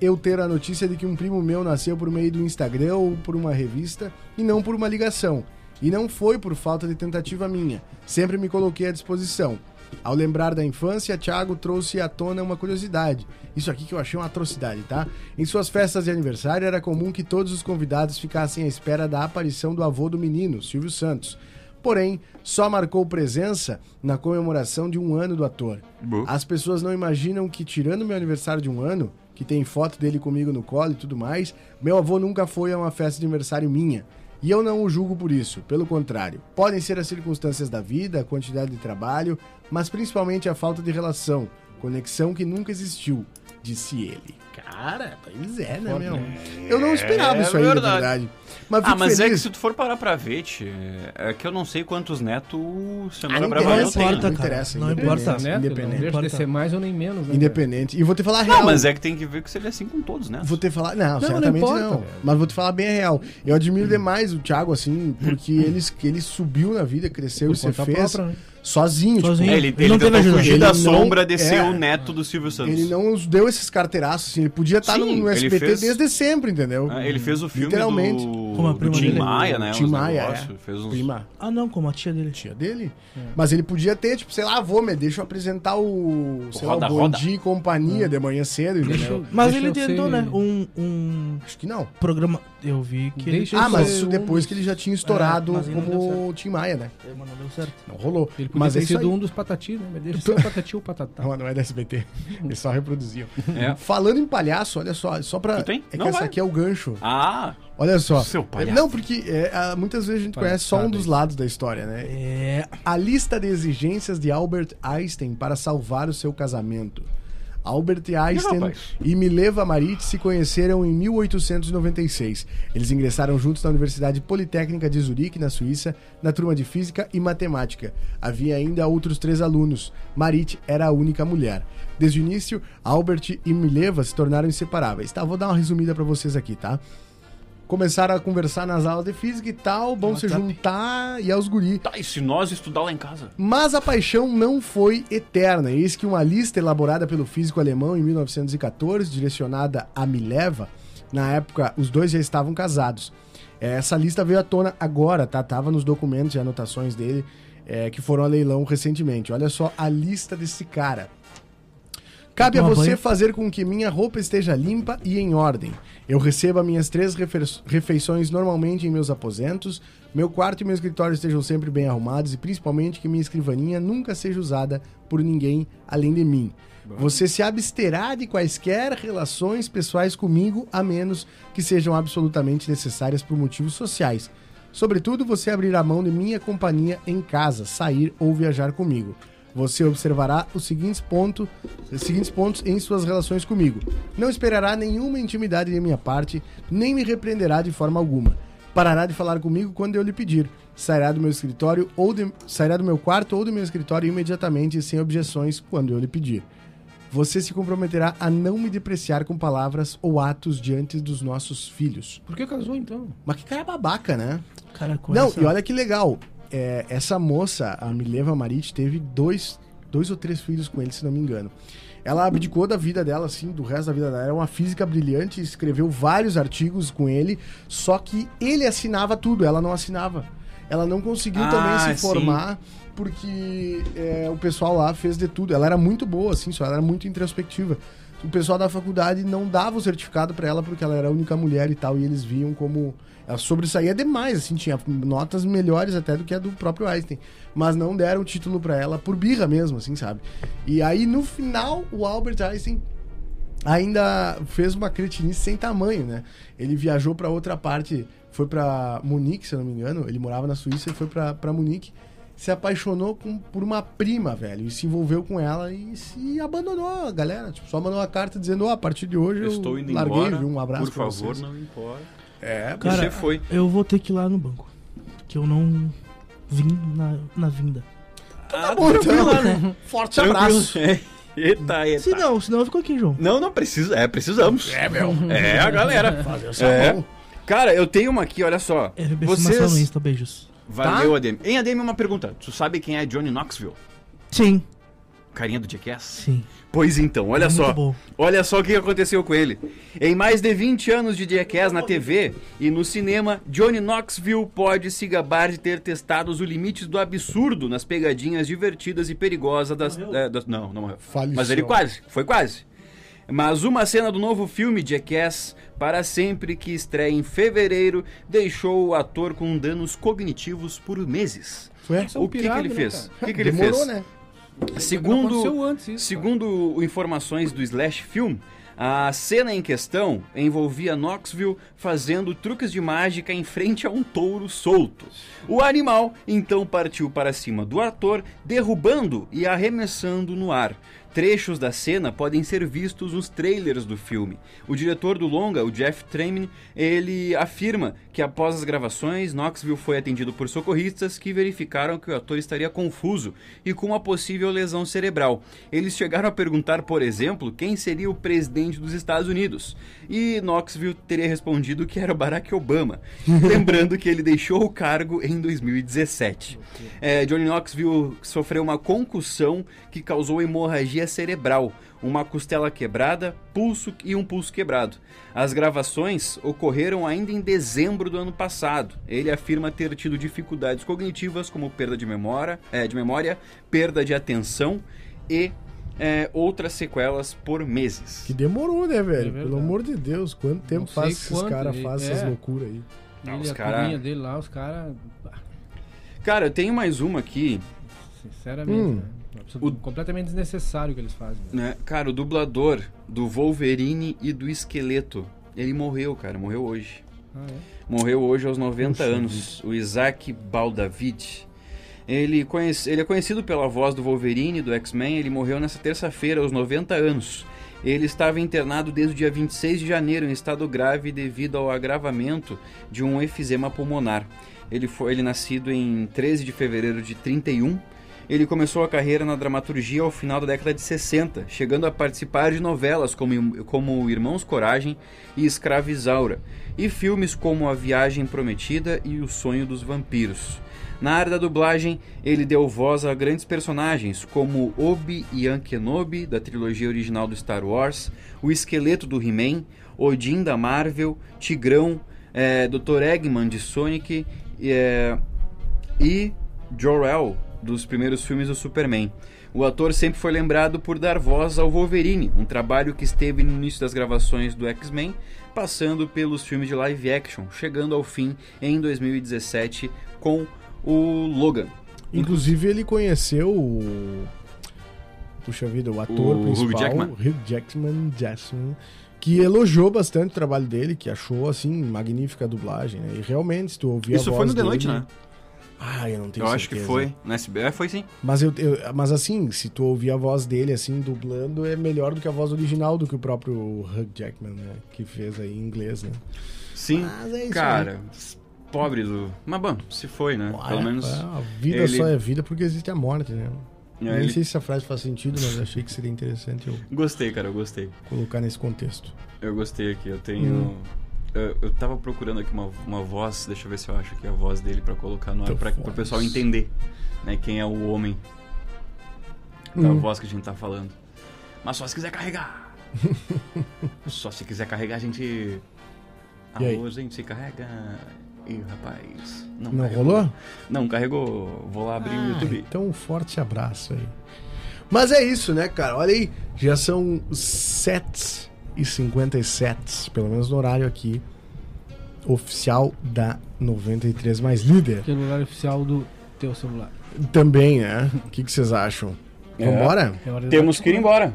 S1: eu ter a notícia de que um primo meu nasceu por meio do Instagram ou por uma revista e não por uma ligação. E não foi por falta de tentativa minha. Sempre me coloquei à disposição. Ao lembrar da infância, Thiago trouxe à tona uma curiosidade. Isso aqui que eu achei uma atrocidade, tá? Em suas festas de aniversário era comum que todos os convidados ficassem à espera da aparição do avô do menino, Silvio Santos. Porém, só marcou presença na comemoração de um ano do ator.
S2: Boa.
S1: As pessoas não imaginam que, tirando meu aniversário de um ano, que tem foto dele comigo no colo e tudo mais, meu avô nunca foi a uma festa de aniversário minha. E eu não o julgo por isso, pelo contrário. Podem ser as circunstâncias da vida, a quantidade de trabalho, mas principalmente a falta de relação, conexão que nunca existiu, disse ele. Cara, pois é, né, meu? Eu não esperava
S2: É
S1: isso aí, na
S2: verdade.
S1: verdade. Mas fico
S2: Ah, mas é que
S1: feliz.
S2: se tu for parar pra ver, tchê, é que eu não sei quantos netos
S1: Ah,
S2: Cenoura
S1: não
S2: Brava não
S1: interessa,
S2: tem.
S1: não
S2: né?
S3: cara.
S1: interessa.
S3: Não
S1: independente,
S3: importa.
S4: Neto, Né? Não
S1: Tá, Independente.
S4: deixa de ser mais ou nem menos. né,
S1: Independente. E vou te falar a real.
S2: Não, mas é que tem que ver que seria assim com todos, né?
S1: Vou ter falar. Não,
S4: não
S1: certamente não.
S4: importa, Uhum. velho.
S1: Mas vou te falar bem a real. Eu admiro demais o Thiago, assim, porque ele, ele subiu na vida, cresceu e
S4: Uhum. Por
S1: se
S4: conta
S1: fez
S4: própria, né?
S1: sozinho. tipo,
S3: Sozinho.
S2: É, ele,
S3: Ele
S2: ele
S3: não
S2: tentou
S3: teve ajuda.
S2: fugir
S1: Ele
S2: da
S1: não-
S2: sombra de ser
S1: é.
S2: o neto do Silvio Santos.
S1: ele não nos deu esses carteiraços, assim. Ele podia estar no,
S2: Sim,
S1: no
S2: ele
S1: SBT
S2: fez-
S1: desde sempre, entendeu?
S2: Ah, ele fez o filme
S1: Uhum. Literalmente.
S2: do,
S3: Como a
S2: do
S3: prima
S2: Tim
S3: dele.
S2: Maia, né?
S1: Tim
S2: uns
S1: Maia,
S2: negócio,
S1: é.
S2: Fez uns...
S1: Prima.
S3: Ah, não, como a tia dele.
S1: Tia dele.
S4: É.
S1: Mas ele podia ter, tipo, sei lá, vou, me deixa eu apresentar o. Sei
S2: Roda,
S1: lá, o Bom
S2: roda.
S1: Dia e Companhia de manhã cedo,
S4: É. Deixa
S1: entendeu?
S4: eu-
S3: Mas
S4: deixa
S3: ele
S4: eu
S3: tentou,
S4: ser-
S3: né? Um, um
S1: Acho que não.
S3: programa. Eu vi que
S4: Deixa
S3: ele.
S4: eu
S1: Ah, mas
S4: ser
S1: isso
S4: um
S1: depois que ele já tinha estourado
S3: É, mas aí não deu
S1: como
S3: certo.
S1: o Tim Maia, né?
S3: É, Mas não deu certo.
S1: Não rolou.
S4: Ele podia
S1: mas é
S4: ter
S1: isso aí. Então
S4: sido um dos patati, né? Mas deixa de ser o patati ou o patatá.
S1: Não, não é da SBT.
S2: Hum.
S1: Eles só reproduziam.
S2: É.
S1: Falando em palhaço, olha só, só pra.
S2: Tu tem?
S1: É que
S2: Não,
S1: essa
S2: vai.
S1: aqui é o gancho.
S2: Ah,
S1: Olha só.
S2: Seu palhaço.
S1: Não, porque é, ah, muitas vezes a gente conhece só um
S4: Palhaçada,
S1: dos
S4: hein?
S1: lados da história, né?
S3: É.
S1: A lista de exigências de Albert Einstein para salvar o seu casamento. Albert Einstein
S2: rapaz?
S1: e Mileva Marit se conheceram em 1896. Eles ingressaram juntos na Universidade Politécnica de Zurique, na Suíça, na turma de Física e Matemática. Havia ainda outros três alunos. Marit era a única mulher. Desde o início, Albert e Mileva se tornaram inseparáveis. Tá, vou dar uma resumida para vocês aqui, tá? Começaram a conversar nas aulas de física e tal, vão se juntar e aos guri.
S2: tá, e se nós estudar lá em casa?
S1: Mas a paixão não foi eterna. Eis que uma lista elaborada pelo físico alemão em 1914, direcionada a Mileva, na época os dois já estavam casados. É, Essa lista veio à tona agora, tá? Tava nos documentos e anotações dele é, que foram a leilão recentemente. Olha só a lista desse cara. Cabe a
S3: Toma
S1: você
S3: banho.
S1: fazer com que minha roupa esteja limpa e em ordem. Eu receba minhas três refer- refeições normalmente em meus aposentos, meu quarto e meu escritório estejam sempre bem arrumados e principalmente que minha escrivaninha nunca seja usada por ninguém além de mim. Você se absterá de quaisquer relações pessoais comigo, a menos que sejam absolutamente necessárias por motivos sociais. Sobretudo, você abrirá mão de minha companhia em casa, sair ou viajar comigo. Você observará os seguintes, ponto, os seguintes pontos em suas relações comigo. Não esperará nenhuma intimidade de minha parte, nem me repreenderá de forma alguma. Parará de falar comigo quando eu lhe pedir. Sairá do meu escritório ou de- sairá do meu quarto ou do meu escritório imediatamente sem objeções quando eu lhe pedir. Você se comprometerá a não me depreciar com palavras ou atos diante dos nossos filhos.
S4: Por que casou então?
S1: Mas que cara babaca, né?
S3: Cara,
S1: não,
S3: coisa.
S1: e olha que legal. é, essa moça, a Mileva Marit, teve dois, dois ou três filhos com ele, se não me engano. Ela abdicou da vida dela, assim, do resto da vida dela. Era uma física brilhante, escreveu vários artigos com ele, só que ele assinava tudo, ela não assinava. Ela não conseguiu também
S2: Ah,
S1: se
S2: sim.
S1: formar, porque é, o pessoal lá fez de tudo. Ela era muito boa, assim, só ela era muito introspectiva. O pessoal da faculdade não dava o certificado pra ela porque ela era a única mulher e tal, e eles viam como ela sobressaía demais, assim, tinha notas melhores até do que a do próprio Einstein, mas não deram o título pra ela por birra mesmo, assim, sabe? E aí no final o Albert Einstein ainda fez uma cretinice sem tamanho, né? Ele viajou pra outra parte, foi pra Munique, se eu não me engano, ele morava na Suíça e foi pra pra Munique, se apaixonou com- por uma prima, velho, e se envolveu com ela e se abandonou a galera, tipo, só mandou uma carta dizendo, ó, a partir de hoje eu
S2: Estou indo
S1: larguei,
S2: embora.
S1: viu? um abraço
S2: Por
S1: pra
S2: favor, né?
S1: vocês."
S2: não importa.
S1: É,
S3: Cara,
S2: Você foi.
S3: Eu vou ter que ir lá no banco. Que eu não vim na, na vinda.
S4: Ah,
S2: Tá
S1: bom, então, né? Forte abraço.
S2: Eita, eita.
S3: Se não, senão eu fico aqui, João.
S2: Não, não precisa. É, precisamos. É,
S1: meu.
S2: É, a galera. É. Cara, eu tenho uma aqui, olha só.
S3: RBC Marcelo no
S2: Vocês...
S3: Insta, beijos.
S1: Tá?
S2: Valeu, ADM. Em ADM, uma pergunta. Tu sabe quem é Johnny Knoxville?
S3: Sim.
S2: carinha do Jackass?
S3: Sim.
S2: Pois então, olha
S3: Muito
S2: só.
S3: bom.
S2: Olha só o que aconteceu com ele. Em mais de 20 anos de Jackass na TV e no cinema, Johnny Knoxville pode se gabar de ter testado os limites do absurdo nas pegadinhas divertidas e perigosas das. eh, das- não, não morreu.
S1: Faleceu.
S2: Mas ele quase, foi quase. Mas uma cena do novo filme Jackass para sempre que estreia em fevereiro deixou o ator com danos cognitivos por meses.
S1: Ué?
S4: Isso é um
S2: o que, que
S4: pirado,
S2: ele
S4: né,
S2: fez?
S4: cara?
S2: O que, que ele
S1: Demorou,
S2: fez?
S1: né?
S2: Segundo,
S4: Aconteceu antes isso,
S2: segundo o- informações do Slash Film, a cena em questão envolvia Knoxville fazendo truques de mágica em frente a um touro solto. O animal então partiu para cima do ator, derrubando e arremessando no ar. Trechos da cena podem ser vistos nos trailers do filme. O diretor do longa, o Jeff Tremin, ele afirma que após as gravações, Knoxville foi atendido por socorristas que verificaram que o ator estaria confuso e com uma possível lesão cerebral. Eles chegaram a perguntar, por exemplo, quem seria o presidente dos Estados Unidos. E Knoxville teria respondido que era Barack Obama, lembrando que ele deixou o cargo em 2017. É, Johnny Knoxville sofreu uma concussão que causou hemorragia cerebral, uma costela quebrada, pulso e um pulso quebrado. As gravações ocorreram ainda em dezembro do ano passado. Ele afirma ter tido dificuldades cognitivas como perda de memória, é, de memória perda de atenção e é, outras sequelas por meses.
S1: Que demorou, né, velho?
S4: verdade.
S1: Pelo amor de Deus, quanto tempo
S4: sei
S1: faz que esses
S4: quanto
S1: caras
S4: de-
S1: fazem
S4: é.
S1: essas loucuras aí?
S4: Ele,
S2: Ah, os
S4: a
S2: cara-
S4: turminha dele lá, os ah, caras.
S2: Cara, eu tenho mais uma aqui.
S4: Sinceramente,
S1: Hum.
S4: né? É um absurdo, Completamente desnecessário o que eles fazem. né?
S2: né? Cara, o dublador do Wolverine e do Esqueleto. Ele morreu, cara, morreu hoje.
S4: Ah, é?
S2: Morreu hoje aos 90 anos, o Isaac Baldavid. Ele, conhece- ele é conhecido pela voz do Wolverine, do X-Men, ele morreu nessa terça-feira, aos 90 anos. Ele estava internado desde o dia 26 de janeiro em estado grave devido ao agravamento de um efizema pulmonar. Ele foi ele é nascido em 13 de fevereiro de 31. Ele começou a carreira na dramaturgia ao final da década de 60, chegando a participar de novelas como, como Irmãos Coragem e Escravizaura, e filmes como A Viagem Prometida e O Sonho dos Vampiros. Na área da dublagem, ele deu voz a grandes personagens como Obi-Wan Kenobi, da trilogia original do Star Wars, o Esqueleto do He-Man, Odin da Marvel, Tigrão, eh, Dr. Eggman de Sonic eh, e Jor-El dos primeiros filmes do Superman. O ator sempre foi lembrado por dar voz ao Wolverine, um trabalho que esteve no início das gravações do X-Men, passando pelos filmes de live action, chegando ao fim em 2017 com o Logan.
S1: Inclusive, ele conheceu o. Puxa vida, o ator
S2: O
S1: principal,
S2: Hugh Jackman.
S1: Hugh Jackman, Jackson, que elogiou bastante o trabalho dele, que achou, assim, magnífica a dublagem, né? E realmente, se tu ouvir a
S2: Isso foi
S1: voz
S2: no The
S1: dele-
S2: Noite, né?
S1: Ah, eu não tenho
S2: Eu acho que
S1: certeza.
S2: foi. Na SB... É, foi sim.
S1: Mas, eu, eu- mas assim, se tu ouvir a voz dele, assim, dublando, é melhor do que a voz original do que o próprio Hugh Jackman, né? Que fez aí em inglês, né?
S2: Sim.
S1: Mas é isso
S2: Cara, pobre do. Mas bom, se foi, né? Pelo
S1: Ah,
S2: menos.
S1: A vida
S2: ele-
S1: só é vida porque existe a morte, né?
S2: É,
S1: Nem
S2: ele-
S1: sei se essa frase faz sentido, mas achei que seria interessante eu
S2: Gostei, cara, eu gostei.
S1: colocar nesse contexto.
S2: Eu gostei aqui. Eu tenho.
S1: Hum.
S2: Eu, eu tava procurando aqui uma, uma voz, deixa eu ver se eu acho aqui a voz dele pra colocar no ar,
S1: Tua
S2: pra, pro
S1: voz.
S2: pessoal entender né, quem é o homem da
S1: Hum.
S2: voz que a gente tá falando. Mas só se quiser carregar. só se quiser carregar, a gente.
S1: E aí?
S2: Alô, gente, se carrega. Ih, rapaz. Não,
S1: Não
S2: carregou.
S1: rolou?
S2: Não, carregou. Vou lá abrir o
S1: Ah,
S2: YouTube.
S1: então um forte abraço aí. Mas é isso, né, cara? Olha aí, já são 7 e 57, pelo menos no horário aqui, oficial da 93 mais líder.
S4: Aquele lugar oficial do teu celular.
S1: Também, né? O que que vocês acham? Vambora?
S4: É hora de-
S2: Temos que ir embora.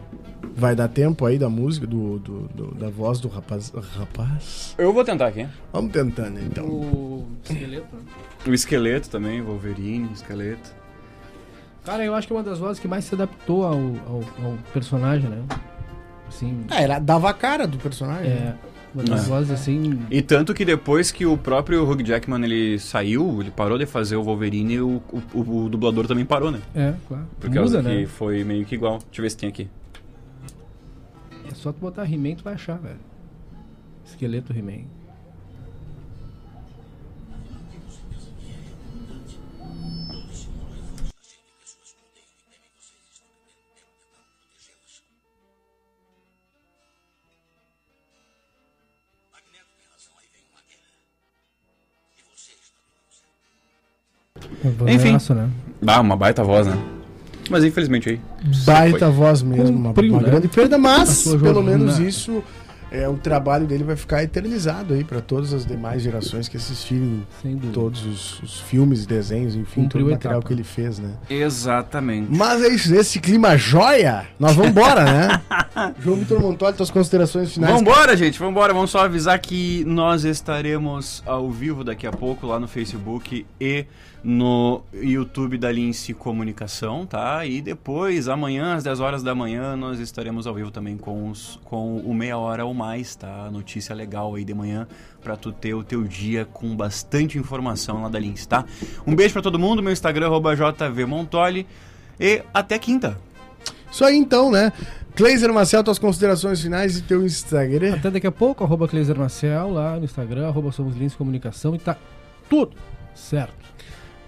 S1: Vai dar tempo aí da música, do, do- do- da voz do rapaz. Rapaz?
S2: Eu vou tentar aqui.
S1: Vamos tentando então.
S4: O esqueleto, né?
S2: O esqueleto também, Wolverine, esqueleto.
S4: Cara, eu acho que é uma das vozes que mais se adaptou ao, ao- ao personagem, né? Assim,
S1: Ah, era, dava a cara do personagem. né?
S4: é. Uma das
S2: É.
S4: vozes assim.
S2: E tanto que depois que o próprio Hugh Jackman ele saiu, ele parou de fazer o Wolverine, o, o, o dublador também parou, né?
S4: É, claro.
S2: Por causa
S4: Muda,
S2: que
S4: né?
S2: foi meio que igual. Deixa eu ver se tem aqui.
S4: É só tu botar He-Man, tu vai achar, velho. Esqueleto He-Man.
S2: Enfim.
S4: Vozaço, né?
S2: Ah, uma baita voz, né? Mas infelizmente aí.
S1: Baita voz mesmo, uma,
S4: Cumpriu,
S1: uma
S4: né?
S1: grande perda,
S4: A
S1: mas
S4: sua
S1: pelo
S4: jornada.
S1: menos isso é o trabalho dele vai ficar eternizado aí para todas as demais gerações que assistirem
S4: Sem dúvida.
S1: todos os, os filmes, desenhos, enfim, todo
S4: Cumpriu
S1: o
S4: a
S1: material
S4: etapa.
S1: que ele fez, né?
S2: Exatamente.
S1: Mas é isso, esse clima joia, nós vamos embora, né? João Vitor Montoli, tuas considerações finais.
S2: Vambora, gente, vambora. Vamos só avisar que nós estaremos ao vivo daqui a pouco lá no Facebook e no YouTube da Lince Comunicação, tá? E depois, amanhã, às 10 horas da manhã, nós estaremos ao vivo também com, os, com o Meia Hora ou Mais, tá? Notícia legal aí de manhã pra tu ter o teu dia com bastante informação lá da Lince, tá? Um beijo pra todo mundo, meu Instagram, arroba jvmontoli. E até quinta.
S1: Isso aí então, né? Cleiser Marcel, tuas considerações finais e teu Instagram.
S4: Até daqui a pouco, arroba Cleiser Marcel lá no Instagram, arroba Somos Lins Comunicação e tá tudo certo.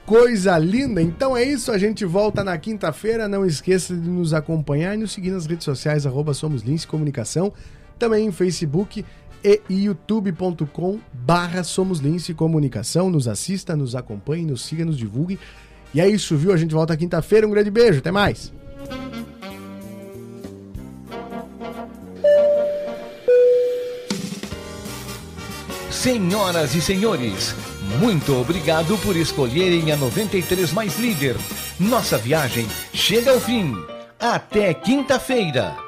S1: Coisa linda! Então é isso, a gente volta na quinta-feira. Não esqueça de nos acompanhar e nos seguir nas redes sociais, arroba Somos Lince Comunicação, também em Facebook e youtube.com barra Somos Lince Comunicação. Nos assista, nos acompanhe, nos siga, nos divulgue. E é isso, viu? A gente volta quinta-feira. Um grande beijo, até mais!
S5: Senhoras e senhores, muito obrigado por escolherem a 93 Mais Líder. Nossa viagem chega ao fim. Até quinta-feira.